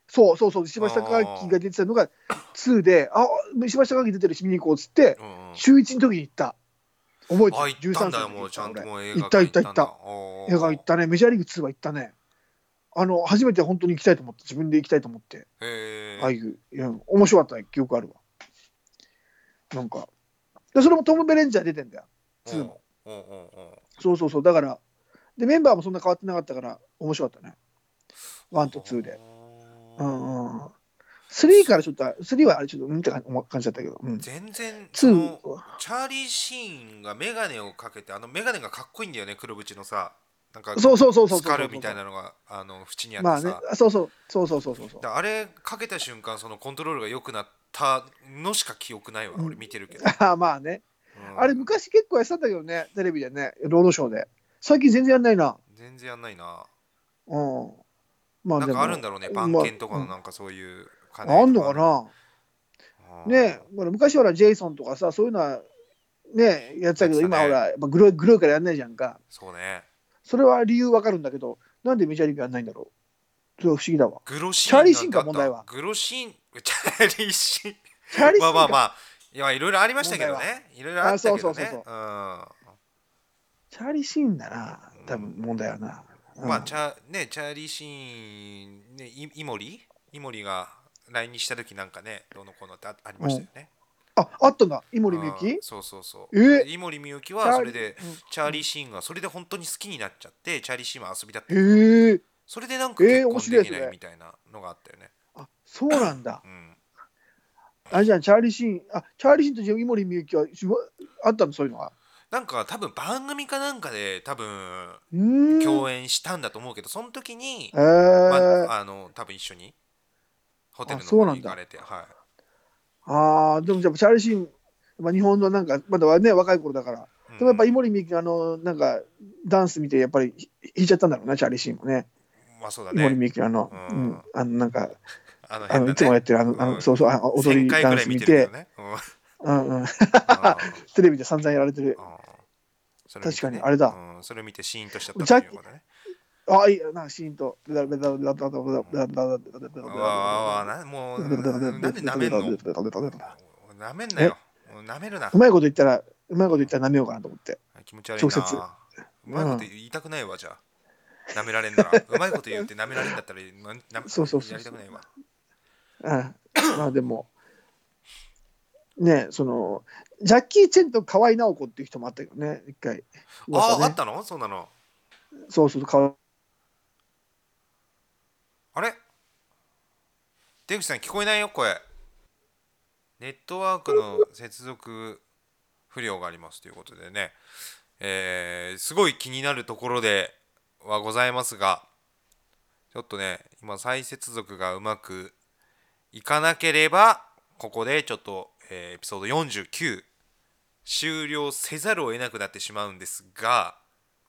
[SPEAKER 3] そうそうそう、石橋貴明が出てたのが2で、あ、石橋貴明出てるし見に行こうっつって、
[SPEAKER 2] うんうん、
[SPEAKER 3] 中1の時に行った。覚えて
[SPEAKER 2] あ
[SPEAKER 3] る
[SPEAKER 2] 行ったんだよ
[SPEAKER 3] 13歳の時に
[SPEAKER 2] もうちゃんと
[SPEAKER 3] 俺
[SPEAKER 2] もう映
[SPEAKER 3] 行
[SPEAKER 2] 画
[SPEAKER 3] っ
[SPEAKER 2] 館
[SPEAKER 3] た行った行った。
[SPEAKER 2] 行
[SPEAKER 3] 映画行ったね、メジャーリーグ2は行ったね。あの、初めて本当に行きたいと思って、自分で行きたいと思って、
[SPEAKER 2] たへ
[SPEAKER 3] ああ
[SPEAKER 2] え
[SPEAKER 3] いう、うん、面白かった記憶あるわ。なんか、でそれもトム・ベレンジャー出てんだよ。
[SPEAKER 2] うんうん
[SPEAKER 3] 2
[SPEAKER 2] うんうん
[SPEAKER 3] そうそうそう、だから、で、メンバーもそんな変わってなかったから、面白かったね。1と2で。う
[SPEAKER 2] あー
[SPEAKER 3] んうん。3からちょっと、3はあれちょっと、うんって感じだったけど、うん。
[SPEAKER 2] 全然その
[SPEAKER 3] 2は、
[SPEAKER 2] チャーリー・シーンが眼鏡をかけてあの眼鏡がかっこいいんだよね黒縁のさなんか
[SPEAKER 3] そうそうそうそうそうそうそう。
[SPEAKER 2] スカルみたいなのがあの縁にあって
[SPEAKER 3] まあ
[SPEAKER 2] さ、
[SPEAKER 3] ね、あそうそう、そうそうそうそうそう
[SPEAKER 2] で。あれかけた瞬間そのコントロールが良くなったのしか記憶ないわ、
[SPEAKER 3] うん
[SPEAKER 2] 俺見てるけど、
[SPEAKER 3] ああ、まあね。
[SPEAKER 2] うん
[SPEAKER 3] あれ、昔結構やってたんだけどね、テレビでね、ロードショーで。最近全然やんないな。
[SPEAKER 2] 全然やんないな
[SPEAKER 3] うん。ま
[SPEAKER 2] なん
[SPEAKER 3] でも
[SPEAKER 2] かあるんだろうね番犬とかのなんかそういう
[SPEAKER 3] ま
[SPEAKER 2] 金
[SPEAKER 3] あうんあんのかな
[SPEAKER 2] な
[SPEAKER 3] ねえ、ほら昔ほら、ジェイソンとかさ、そういうのは、ねえ、やってたけど、
[SPEAKER 2] やってた
[SPEAKER 3] 今
[SPEAKER 2] ね
[SPEAKER 3] ほら、やっぱグロい、グロいからやんないじゃんか。
[SPEAKER 2] そうね
[SPEAKER 3] それは理由わかるんだけど、なんでメジャーリーグやんないんだろう。それは不思議だわ。
[SPEAKER 2] グロシーン
[SPEAKER 3] チャーリーシーンか問題は
[SPEAKER 2] グロシーン チャーリーシーン
[SPEAKER 3] チャーリーシ
[SPEAKER 2] ま
[SPEAKER 3] ー
[SPEAKER 2] あ
[SPEAKER 3] ン
[SPEAKER 2] ま
[SPEAKER 3] か
[SPEAKER 2] あまあいやいろいろありましたけど
[SPEAKER 3] 問
[SPEAKER 2] ねいろいろあったけど
[SPEAKER 3] あそうそう
[SPEAKER 2] ね
[SPEAKER 3] そう
[SPEAKER 2] うん
[SPEAKER 3] チャーリーシーンだな、多分問題はな。
[SPEAKER 2] まあチャ,、ね、チャーリー・シーン、ね、いイモリイモリが来日した時なんかねどうのこうのってあありましたよね。
[SPEAKER 3] あ、あったんだ、井森美
[SPEAKER 2] うん
[SPEAKER 3] 幸
[SPEAKER 2] そうそうそう。
[SPEAKER 3] え
[SPEAKER 2] イモリミユキ
[SPEAKER 3] チャ
[SPEAKER 2] は
[SPEAKER 3] ー
[SPEAKER 2] それで
[SPEAKER 3] うん
[SPEAKER 2] チャーリー・シーンがそれで本当に好きになっちゃってチャーリー・シーンは遊びだった
[SPEAKER 3] へえ
[SPEAKER 2] それでなんか結
[SPEAKER 3] えー面
[SPEAKER 2] 婚
[SPEAKER 3] 白い
[SPEAKER 2] でき
[SPEAKER 3] ですね
[SPEAKER 2] ないみたいなのがあったよね。
[SPEAKER 3] あ、そうなんだ。
[SPEAKER 2] うん、
[SPEAKER 3] あれじゃん、チャーリーシーン、あ、チャーリーシーンと井森美幸はしばあったの、そういうのが。
[SPEAKER 2] なんか多分番組かなんかで多分
[SPEAKER 3] うーん。
[SPEAKER 2] 共演したんだと思うけどその時に、
[SPEAKER 3] えー
[SPEAKER 2] まあ、あの多分一緒にホテルの
[SPEAKER 3] あそうな
[SPEAKER 2] 方
[SPEAKER 3] ん
[SPEAKER 2] に
[SPEAKER 3] だ
[SPEAKER 2] 行かれてはい。
[SPEAKER 3] あーでもじゃあチャーリーシーン、まあ、日本のなんかまだね若い頃だから
[SPEAKER 2] うん
[SPEAKER 3] でもやっぱ井森美幸のあのなんかダンス見てやっぱりひ弾いちゃったんだろうなチャーリーシーンもね
[SPEAKER 2] まあそうだ
[SPEAKER 3] 井森
[SPEAKER 2] ね。
[SPEAKER 3] 美幸のあの,、
[SPEAKER 2] う
[SPEAKER 3] うんんあのなんか
[SPEAKER 2] あの
[SPEAKER 3] あのいつもやってるあのあ
[SPEAKER 2] うん
[SPEAKER 3] のそうそうあの踊
[SPEAKER 2] 1000
[SPEAKER 3] り
[SPEAKER 2] 回ぐ
[SPEAKER 3] ダン
[SPEAKER 2] らい
[SPEAKER 3] ス
[SPEAKER 2] 見
[SPEAKER 3] 見
[SPEAKER 2] てるけど
[SPEAKER 3] て
[SPEAKER 2] ね。うん
[SPEAKER 3] うんうん
[SPEAKER 2] あ
[SPEAKER 3] テレビで散々やられてる
[SPEAKER 2] ーあーそれ見てね
[SPEAKER 3] 確かにあれだ
[SPEAKER 2] うん、それを見てシーンとしちゃったっていうことね。
[SPEAKER 3] あいいなんかシーンとベタベタベタベタベタベタベタベタベタベタベタ
[SPEAKER 2] うわあわあなもうなんで舐めんの
[SPEAKER 3] ベタベタ
[SPEAKER 2] なめんなよ。なめるな
[SPEAKER 3] う。まいこと言ったらうまいこと言ったら舐めようかなと思って
[SPEAKER 2] 気持ち悪いな。
[SPEAKER 3] 直接
[SPEAKER 2] うまいこと言いたくないわ、じゃあ。なめられんなら。うまいこと言ってなめられんだったら、なな
[SPEAKER 3] そうそうそう
[SPEAKER 2] やりたくないわ。
[SPEAKER 3] うんまあでも、ねえその、ジャッキー・チェンと河合直子っていう人もあったけどね、一回。
[SPEAKER 2] あ
[SPEAKER 3] 噂
[SPEAKER 2] あ、あ
[SPEAKER 3] ね
[SPEAKER 2] ったのそうなの。
[SPEAKER 3] そうそう、河
[SPEAKER 2] あれ出口さん聞こえないよ、声。ネットワークの接続不良がありますということでね、えーすごい気になるところではございますが、ちょっとね、今、再接続がうまくいかなければ、ここでちょっと、えーエピソード49、終了せざるを得なくなってしまうんですが、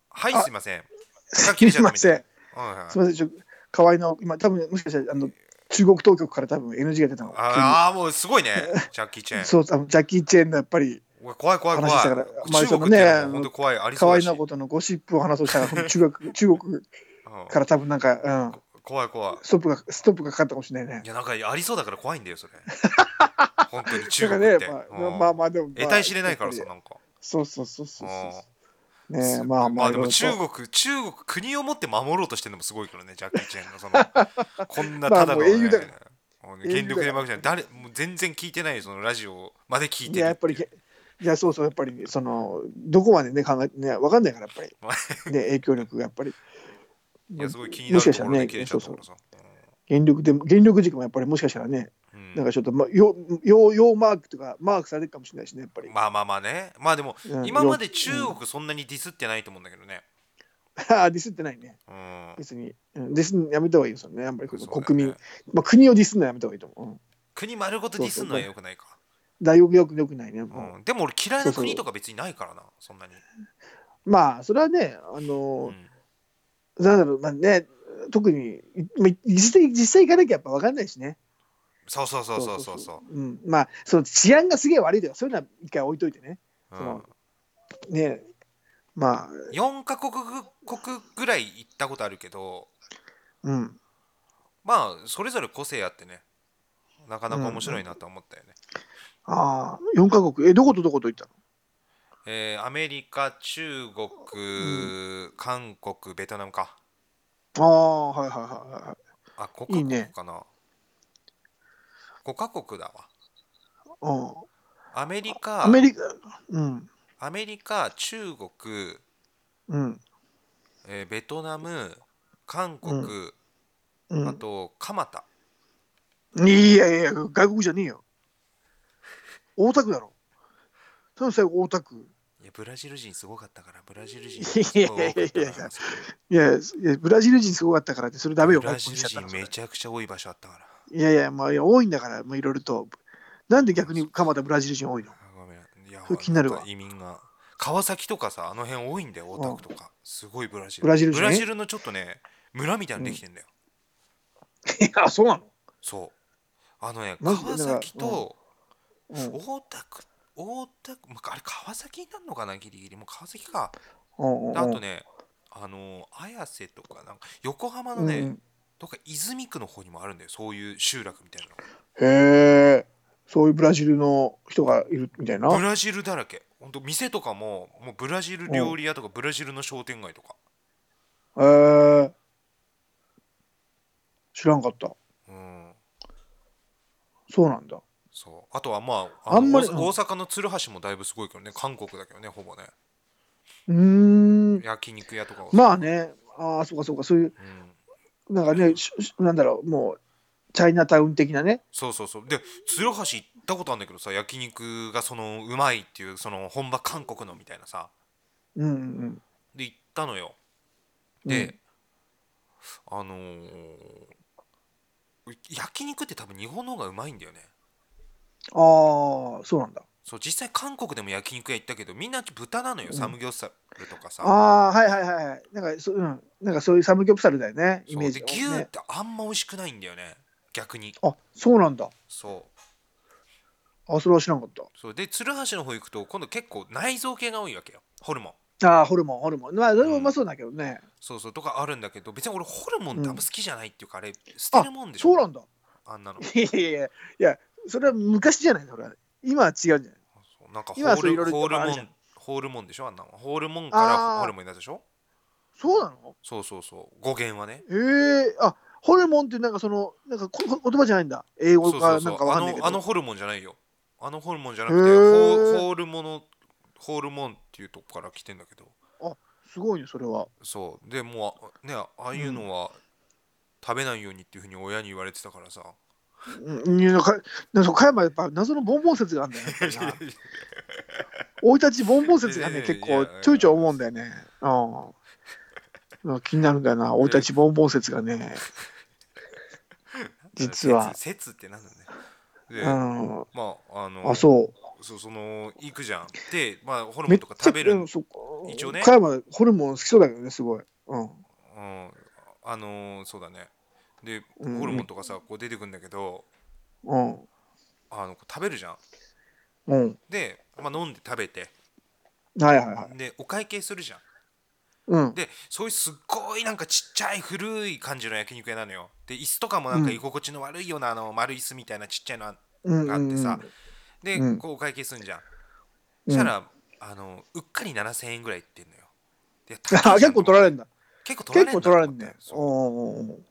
[SPEAKER 2] はい、
[SPEAKER 3] あ
[SPEAKER 2] すいません。
[SPEAKER 3] すいません。
[SPEAKER 2] はいはい
[SPEAKER 3] すいません、ちょ河合直子、今、多分もしかしたらあの中国当局から多分 NG が出たの。
[SPEAKER 2] ああーもうすごいね、ジャッキー・チェン。
[SPEAKER 3] そうあのジャッキー・チェンのやっぱり
[SPEAKER 2] うわ怖い怖い怖い。
[SPEAKER 3] 話したからまあ
[SPEAKER 2] 中
[SPEAKER 3] そ
[SPEAKER 2] 国
[SPEAKER 3] の
[SPEAKER 2] って
[SPEAKER 3] ね
[SPEAKER 2] いうのは本当怖い、ありそ
[SPEAKER 3] 河
[SPEAKER 2] う
[SPEAKER 3] 合
[SPEAKER 2] だし。
[SPEAKER 3] 直子とのゴシップを話そうとしたら、この 中国中国
[SPEAKER 2] うん
[SPEAKER 3] から多分なんか、うん、
[SPEAKER 2] 怖い怖い。
[SPEAKER 3] ストップがストップがかかったかもしれない
[SPEAKER 2] い
[SPEAKER 3] ね。
[SPEAKER 2] やなんかありそうだから怖いんだよ、 それ。本当に中
[SPEAKER 3] だか
[SPEAKER 2] 国
[SPEAKER 3] ら
[SPEAKER 2] って。
[SPEAKER 3] ね、まあ、
[SPEAKER 2] うん
[SPEAKER 3] まあまあでも、まあ
[SPEAKER 2] 得体知れないから
[SPEAKER 3] や
[SPEAKER 2] さ、
[SPEAKER 3] っぱ
[SPEAKER 2] なんか。
[SPEAKER 3] りそうそうそうそうそう
[SPEAKER 2] ん
[SPEAKER 3] う。ねえまあまあ、
[SPEAKER 2] でも
[SPEAKER 3] いろい
[SPEAKER 2] 中
[SPEAKER 3] ろと
[SPEAKER 2] 国、中国、国を持って守ろうとしてるのもすごいからね、ジャッキー・チェンのそ の、こんなただの、
[SPEAKER 3] まあもう英雄だか
[SPEAKER 2] ね
[SPEAKER 3] ら、
[SPEAKER 2] もう
[SPEAKER 3] 英雄だから
[SPEAKER 2] 権力で負けじゃん誰もう全然聞いてないよそのラジオまで聞いてる
[SPEAKER 3] いややっぱり
[SPEAKER 2] ていう
[SPEAKER 3] けいやそうそうやっぱりそのどこまでね考えね分かんないからやっ ぱりね影響力がやっぱり
[SPEAKER 2] いやすごい気にな
[SPEAKER 3] もし
[SPEAKER 2] る
[SPEAKER 3] かし
[SPEAKER 2] と
[SPEAKER 3] た
[SPEAKER 2] こ
[SPEAKER 3] ら
[SPEAKER 2] ろ
[SPEAKER 3] ね
[SPEAKER 2] で切れちゃったからさ。
[SPEAKER 3] 原力でも原力軸もやっぱりもしかしたらね
[SPEAKER 2] うん
[SPEAKER 3] なんかちょっとまよよよマークとかマークされるかもしれないしねやっぱり、
[SPEAKER 2] まあまあまあね。まあでも、
[SPEAKER 3] うん
[SPEAKER 2] 今まで
[SPEAKER 3] よ
[SPEAKER 2] 中国そんなにディスってないと思うんだけどね。
[SPEAKER 3] ああディスってないね
[SPEAKER 2] うん。
[SPEAKER 3] 別に、うん、ディスんやめた方がいいですよねやっぱりこの
[SPEAKER 2] そうだよね
[SPEAKER 3] 国民、まあ、国をディスんのはやめた方がいいと思う、うん、
[SPEAKER 2] 国丸ごとディスんのはよくないか。
[SPEAKER 3] だよくよくよくないね、
[SPEAKER 2] う
[SPEAKER 3] も
[SPEAKER 2] ん、でも俺嫌い
[SPEAKER 3] そ
[SPEAKER 2] な
[SPEAKER 3] うそう
[SPEAKER 2] 国とか別にないからな、そんなに。
[SPEAKER 3] うまあそれはねあ
[SPEAKER 2] う
[SPEAKER 3] の、
[SPEAKER 2] ん
[SPEAKER 3] なんだろうまあね特に、まあ、実際実際行かなきゃやっぱ分かんないしね
[SPEAKER 2] そうそうそうそうそうそう。
[SPEAKER 3] う。ん、まあその治安がすげえ悪いとかそういうのは一回置いといてね。
[SPEAKER 2] う
[SPEAKER 3] そ
[SPEAKER 2] ん
[SPEAKER 3] の、ねまあ
[SPEAKER 2] 4カ国国ぐらい行ったことあるけど、
[SPEAKER 3] うん
[SPEAKER 2] まあそれぞれ個性あってね、なかなか面白いなとは思ったよね。
[SPEAKER 3] ああ4カ国えどことどこと行った
[SPEAKER 2] えーアメリカ、中国、韓国、ベトナムか。
[SPEAKER 3] のああーはいはいはいはい
[SPEAKER 2] あ、5カ
[SPEAKER 3] いい
[SPEAKER 2] 国
[SPEAKER 3] ね
[SPEAKER 2] かな。5カ国だわ。
[SPEAKER 3] うん
[SPEAKER 2] アメリカ、
[SPEAKER 3] アメリカうん
[SPEAKER 2] アメリカ、中国、
[SPEAKER 3] うん
[SPEAKER 2] えーベトナム、韓国、
[SPEAKER 3] う
[SPEAKER 2] あ
[SPEAKER 3] ん
[SPEAKER 2] と蒲田。
[SPEAKER 3] いやいやいや外国じゃねえよ大田区だろその最後大田区
[SPEAKER 2] いやブラジル人すごかったからブラジル人
[SPEAKER 3] いやいやいやいや
[SPEAKER 2] すごい多かったからそこ
[SPEAKER 3] いやいやブラジル人すごかったからってそれダメよ
[SPEAKER 2] ブラ
[SPEAKER 3] 外
[SPEAKER 2] ジル
[SPEAKER 3] 国にしちゃった
[SPEAKER 2] 人
[SPEAKER 3] ら
[SPEAKER 2] めちゃくちゃ多い場所あったから。
[SPEAKER 3] いやいやまあいや多いんだからもういろいろとなんで逆に鎌田ブラジル人多 いの
[SPEAKER 2] あごめんいや
[SPEAKER 3] それ気になるわ
[SPEAKER 2] 本当移民が川崎とかさあの辺多いんだよオタクとかすごいブラジル
[SPEAKER 3] ブラジル人ね
[SPEAKER 2] のちょっとね村みたいにできてんだよ。
[SPEAKER 3] いやそうなの
[SPEAKER 2] そうあのね
[SPEAKER 3] マジで
[SPEAKER 2] 川
[SPEAKER 3] だから
[SPEAKER 2] 崎と
[SPEAKER 3] うん
[SPEAKER 2] 大田区大田区まああれ川崎になるのかなギリギリもう川崎か。
[SPEAKER 3] うんうんうん
[SPEAKER 2] であとね、あのー綾瀬とかなんか横浜のね、
[SPEAKER 3] うん
[SPEAKER 2] とか泉区の方にもあるんだよそういう集落みたいな
[SPEAKER 3] へえ、そういうブラジルの人がいるみたいな。
[SPEAKER 2] のブ
[SPEAKER 3] あ
[SPEAKER 2] ラジルだらけほんと店とかももうブラジル料理屋とかブラジルの商店街とか
[SPEAKER 3] えー、知らんかった。
[SPEAKER 2] うん、
[SPEAKER 3] そうなんだ。
[SPEAKER 2] そうあとはまああの
[SPEAKER 3] あんまり
[SPEAKER 2] 大阪大阪の鶴橋もだいぶすごいけどね韓国だけどねほぼね
[SPEAKER 3] うーん。
[SPEAKER 2] 焼肉屋とかは
[SPEAKER 3] まあね、ああ、そうかそうか、そういう、
[SPEAKER 2] うん、
[SPEAKER 3] なんかね、ししなんだろう、もう、チャイナタウン的なね。
[SPEAKER 2] そうそうそうで鶴橋行ったことあるんだけどさ焼肉がそのうまいっていうその本場韓国のみたいなさ
[SPEAKER 3] うんうん
[SPEAKER 2] で行ったのよ
[SPEAKER 3] うん。
[SPEAKER 2] で、あのー焼肉って多分日本の方がうまいんだよね
[SPEAKER 3] うん、ああ、そうなんだ。
[SPEAKER 2] そう実際韓国でも焼肉屋行ったけどみんな豚なのよ、
[SPEAKER 3] うん
[SPEAKER 2] サムギョプサルとかさ
[SPEAKER 3] ああー、はいはいはいはい。なんか、そう、うん、なんかそういうサムギョプサルだよね、イ
[SPEAKER 2] そう
[SPEAKER 3] メ
[SPEAKER 2] で
[SPEAKER 3] ージ、
[SPEAKER 2] 牛っ
[SPEAKER 3] ね。
[SPEAKER 2] てあんま美味しくないんだよね逆に
[SPEAKER 3] あ、そうなんだ。
[SPEAKER 2] そう
[SPEAKER 3] あ、それは知らんかっ
[SPEAKER 2] そうで鶴橋の方行くと今度結構内臓系が多いわけよホルモン
[SPEAKER 3] た。ああ、ホルモン、ホルモン。まあ、それもうまそうだけどね。
[SPEAKER 2] そうそうとかあるんだけど別に俺ホルモンってあんま好きじゃないっていうか、あれ捨てるもんでしょ
[SPEAKER 3] そうなんだ。
[SPEAKER 2] あんなの
[SPEAKER 3] いやいやいや、いや、それは昔じゃない、それは。今は違うんじゃない。
[SPEAKER 2] そうなんかホ
[SPEAKER 3] 今はそうい
[SPEAKER 2] ー
[SPEAKER 3] ろ
[SPEAKER 2] ル
[SPEAKER 3] いろ
[SPEAKER 2] ホール
[SPEAKER 3] ある
[SPEAKER 2] モ
[SPEAKER 3] じゃ
[SPEAKER 2] ンホールモンでしょあんなのホールモンから
[SPEAKER 3] あー
[SPEAKER 2] ホルモンになったでしょ
[SPEAKER 3] そうなの。
[SPEAKER 2] そうそうそう語源はね
[SPEAKER 3] ええあ、ホルモンって、なんか、その、なんか、こ、こ言葉じゃないんだ。英
[SPEAKER 2] そ
[SPEAKER 3] 語
[SPEAKER 2] うそ
[SPEAKER 3] か、
[SPEAKER 2] う
[SPEAKER 3] な
[SPEAKER 2] そ
[SPEAKER 3] ん
[SPEAKER 2] う
[SPEAKER 3] か、わ
[SPEAKER 2] あ
[SPEAKER 3] かんないけど。
[SPEAKER 2] のあのホルモンじゃないよあのホルモンじゃなくて
[SPEAKER 3] へー
[SPEAKER 2] ホーホールモのホールモンっていうとこから来てんだけど
[SPEAKER 3] すごいね、それは。
[SPEAKER 2] そうでもうあねああいうのは食べないようにっていうふうに親に言われてたからさ、
[SPEAKER 3] うん、いや、か、なんか、そう加山、やっぱ、謎のボンボン説があるんだよねやっぱ りな。生い立ちボンボン説がね、
[SPEAKER 2] いやい
[SPEAKER 3] 結
[SPEAKER 2] やいや
[SPEAKER 3] 構ちょいちょい思うんだよね。うん。気になるんだよな、生い立ちボンボン説がね。実は。
[SPEAKER 2] 説説ってなんだね
[SPEAKER 3] う
[SPEAKER 2] で、
[SPEAKER 3] ん。
[SPEAKER 2] まああの
[SPEAKER 3] あ、そう。
[SPEAKER 2] そうその行くじゃんでまあホルモ
[SPEAKER 3] めっ
[SPEAKER 2] ン
[SPEAKER 3] ち
[SPEAKER 2] と
[SPEAKER 3] ゃ
[SPEAKER 2] か食べる
[SPEAKER 3] うんん、そっか
[SPEAKER 2] 一応ね
[SPEAKER 3] 加山、ホルモン好きそうだけどね、すごい。うん。
[SPEAKER 2] うん、あのーそうだねで
[SPEAKER 3] うん
[SPEAKER 2] ホルモンとかさこう出てくんだけど
[SPEAKER 3] うん。
[SPEAKER 2] あのこう食べるじゃん
[SPEAKER 3] うん。
[SPEAKER 2] で、まあ、飲んで食べて
[SPEAKER 3] はいはいはい。
[SPEAKER 2] でお会計するじゃん
[SPEAKER 3] うん。
[SPEAKER 2] でそういうすっごいなんかちっちゃい古い感じの焼肉屋なのよで椅子とかもなんか
[SPEAKER 3] うん
[SPEAKER 2] 居心地の悪いようなあの丸椅子みたいなちっちゃいのあ
[SPEAKER 3] うん。
[SPEAKER 2] があってさで
[SPEAKER 3] うん
[SPEAKER 2] こうお会計するじゃん
[SPEAKER 3] うん
[SPEAKER 2] したらあのうっかり7000円ぐらいいってんのよで
[SPEAKER 3] あ、 結構取られるんだ。
[SPEAKER 2] 結構取られ
[SPEAKER 3] 結
[SPEAKER 2] る
[SPEAKER 3] 構
[SPEAKER 2] んだ
[SPEAKER 3] 取
[SPEAKER 2] と
[SPEAKER 3] ら
[SPEAKER 2] 思っ
[SPEAKER 3] れる
[SPEAKER 2] て
[SPEAKER 3] ね。
[SPEAKER 2] そ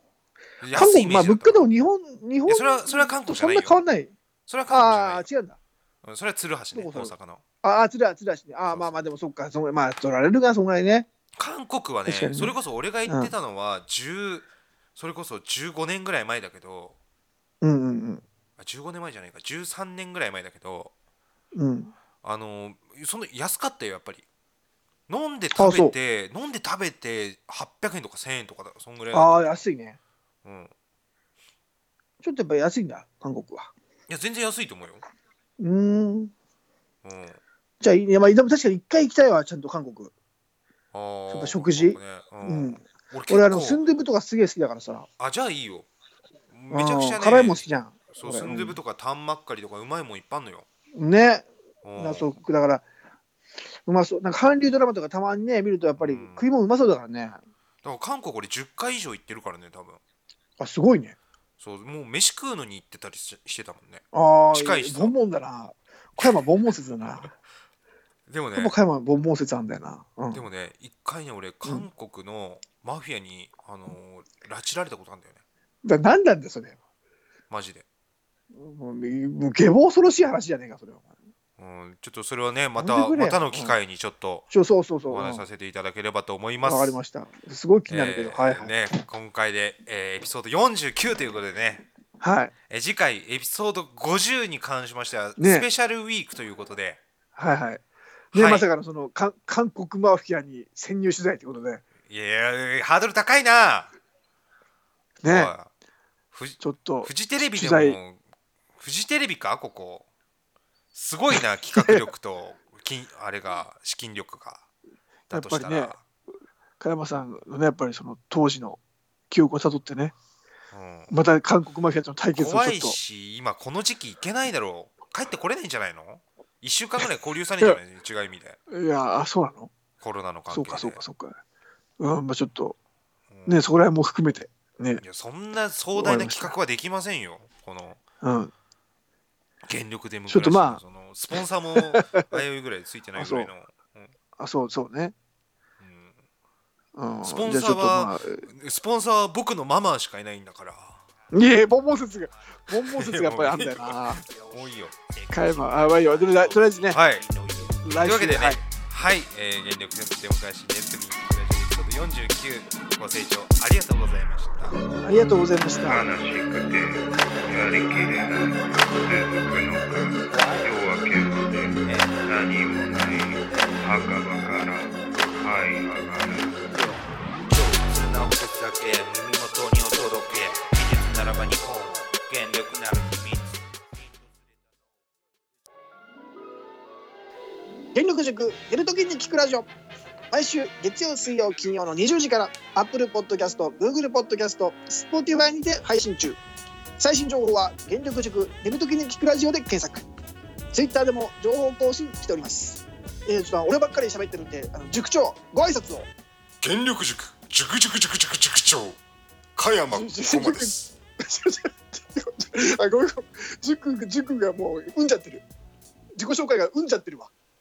[SPEAKER 2] う
[SPEAKER 3] うん。韓
[SPEAKER 2] 安いイ
[SPEAKER 3] 国、
[SPEAKER 2] メ
[SPEAKER 3] ま
[SPEAKER 2] ー
[SPEAKER 3] あ、
[SPEAKER 2] ジだっ
[SPEAKER 3] 物
[SPEAKER 2] た
[SPEAKER 3] 価で
[SPEAKER 2] の
[SPEAKER 3] も日本、日
[SPEAKER 2] い
[SPEAKER 3] 本
[SPEAKER 2] やそれはそれは韓
[SPEAKER 3] と
[SPEAKER 2] 国じゃ
[SPEAKER 3] そ
[SPEAKER 2] なんいよ
[SPEAKER 3] な変わんない。
[SPEAKER 2] それは韓国じゃないよ
[SPEAKER 3] ああ、違うんだ。
[SPEAKER 2] うんそれは鶴橋ね
[SPEAKER 3] どこ
[SPEAKER 2] 大
[SPEAKER 3] そ
[SPEAKER 2] 阪の
[SPEAKER 3] ああ、つらつらしね。あ
[SPEAKER 2] そう
[SPEAKER 3] あ、
[SPEAKER 2] そう
[SPEAKER 3] まあまあ、でもそっか、そんまあ、取られるが、そんぐらいね。
[SPEAKER 2] 韓国はね
[SPEAKER 3] 確かにね
[SPEAKER 2] それこそ俺が行ってたのは10、それこそ15年ぐらい前だけど
[SPEAKER 3] うんうん
[SPEAKER 2] あ15年前じゃないか13年ぐらい前だけど
[SPEAKER 3] うん。うん。
[SPEAKER 2] あのその安かったよやっぱり飲んで
[SPEAKER 3] あ
[SPEAKER 2] 食
[SPEAKER 3] そ
[SPEAKER 2] べて
[SPEAKER 3] う
[SPEAKER 2] 飲んで食べて800円とか1000円とかだそんぐらいだ
[SPEAKER 3] ああ、安いね。
[SPEAKER 2] うん、
[SPEAKER 3] ちょっとやっぱ安いんだ、韓国は。
[SPEAKER 2] いや全然安いと思うよ、
[SPEAKER 3] うーん。
[SPEAKER 2] うん、
[SPEAKER 3] じゃあ、いやまあ、でも確かに一回行きたいわ、ちゃんと韓国。
[SPEAKER 2] あー
[SPEAKER 3] やっぱ食事
[SPEAKER 2] 韓国ねう
[SPEAKER 3] うんん。
[SPEAKER 2] 俺結構
[SPEAKER 3] 俺、あの、スンドゥブとかすげえ好きだからさ。
[SPEAKER 2] あじゃあいいよめちゃくちゃ
[SPEAKER 3] う
[SPEAKER 2] ね
[SPEAKER 3] ん辛いもん好きじゃん。
[SPEAKER 2] そう
[SPEAKER 3] 俺
[SPEAKER 2] スンドゥブとかタンマッカリとかうまいもんいっぱいあんのよ、
[SPEAKER 3] ね。
[SPEAKER 2] うん
[SPEAKER 3] なそうだから、うまそう。なんか韓流ドラマとかたまにね、見るとやっぱり
[SPEAKER 2] うん
[SPEAKER 3] 食い物うまそうだからね。
[SPEAKER 2] だから韓国俺10回以上行ってるからね多分
[SPEAKER 3] あ、すごいね。
[SPEAKER 2] そうもう飯食うのに行ってたりししてたもんね
[SPEAKER 3] ああ、
[SPEAKER 2] 近いしさ
[SPEAKER 3] ボンボンだな。加山ボンボン説 だな。
[SPEAKER 2] でも
[SPEAKER 3] やっ
[SPEAKER 2] ね
[SPEAKER 3] ぱ加山ボンボン説あんだよな。うん
[SPEAKER 2] で。もね一回ね俺韓国のマフィアに、あのー拉致られたことあるんだよね
[SPEAKER 3] だ何なんだよ、それ。
[SPEAKER 2] マジで、
[SPEAKER 3] もう、もう下坊恐ろしい話じゃねえか、それは。
[SPEAKER 2] うん、ちょっとそれはねま
[SPEAKER 3] なん
[SPEAKER 2] た
[SPEAKER 3] でくれ
[SPEAKER 2] ま
[SPEAKER 3] よ
[SPEAKER 2] たの機会にちょっと
[SPEAKER 3] ちょそうそうそう。
[SPEAKER 2] お
[SPEAKER 3] うん
[SPEAKER 2] 話しさせていただければと思います、
[SPEAKER 3] わかりました。すごい気になるけど、
[SPEAKER 2] えー
[SPEAKER 3] はいはい。
[SPEAKER 2] ね、今回で、えーエピソード49ということでね、
[SPEAKER 3] はい
[SPEAKER 2] えー次回エピソード50に関しましては、
[SPEAKER 3] ね
[SPEAKER 2] スペシャルウィークということで
[SPEAKER 3] はいはい。ね、
[SPEAKER 2] はい
[SPEAKER 3] まさかのそのか韓国マフィアに潜入取材ってことで、
[SPEAKER 2] いやいやハードル高いな
[SPEAKER 3] ね、
[SPEAKER 2] おいフジ
[SPEAKER 3] ちょっと
[SPEAKER 2] フジテレビで
[SPEAKER 3] 取材
[SPEAKER 2] もフジテレビかここすごい な企画力と金あれが資金力がだとしたら、
[SPEAKER 3] やっぱ加山さんのね、やっぱりその当時の記憶をたどってね、
[SPEAKER 2] う
[SPEAKER 3] また韓国マフィアとの対
[SPEAKER 2] ん、
[SPEAKER 3] 決を
[SPEAKER 2] 怖
[SPEAKER 3] ちょっ
[SPEAKER 2] い
[SPEAKER 3] と、
[SPEAKER 2] し今この時期行けないだろう帰ってこれないんじゃないの1週間ぐらい交流されるんじゃない違う意味で
[SPEAKER 3] いや、あそうなの
[SPEAKER 2] コロナの関係
[SPEAKER 3] そう
[SPEAKER 2] で
[SPEAKER 3] かそうかそうか。うん、まあちょっと、
[SPEAKER 2] うん
[SPEAKER 3] ね、そこら辺も含めて、ね、
[SPEAKER 2] いやそんな壮大な企画はできませんよこの
[SPEAKER 3] うん、
[SPEAKER 2] 原力で向
[SPEAKER 3] ちょっとまあ
[SPEAKER 2] そのスポンサーも 危ういぐらいついてないぐらいの、うん
[SPEAKER 3] あ、そうそうね。
[SPEAKER 2] うん
[SPEAKER 4] うん、
[SPEAKER 2] スポンサーはスポンサーは僕のママしかいないんだから
[SPEAKER 4] いえ、ボンボン説が、ボンボン説がやっぱりあんだよ な。
[SPEAKER 2] もういいよ
[SPEAKER 4] かえま、あ、まあいいよ、とりあえずとりあえずね、
[SPEAKER 2] はい
[SPEAKER 4] 来週
[SPEAKER 2] というわけでね、は
[SPEAKER 4] はいい、
[SPEAKER 2] えー、原力デモクラシーネットミーラジオエピソード49ご清聴ありがとうございました。
[SPEAKER 4] ありがとうございました。
[SPEAKER 5] 悲しくてやりきれない続くのか夜明けまで何もない墓場から這い上がる
[SPEAKER 6] 素直ですだけ耳元にお届け技術ならば日本原力なる秘密
[SPEAKER 3] 電力塾寝るときに聞くラジオ毎週月曜水曜金曜の20時から Apple PodcastGoogle PodcastSpotify にて配信中最新情報は「電力塾寝るときに聞くラジオ」で検索 Twitter でも情報更新しておりますえー、ちょっと俺ばっかり喋ってるんであの塾長ご挨拶を
[SPEAKER 7] 原力塾塾塾塾塾塾長加山小馬です
[SPEAKER 3] あごめんごめん塾塾がもううんじゃってる自己紹介がうんじゃってるわ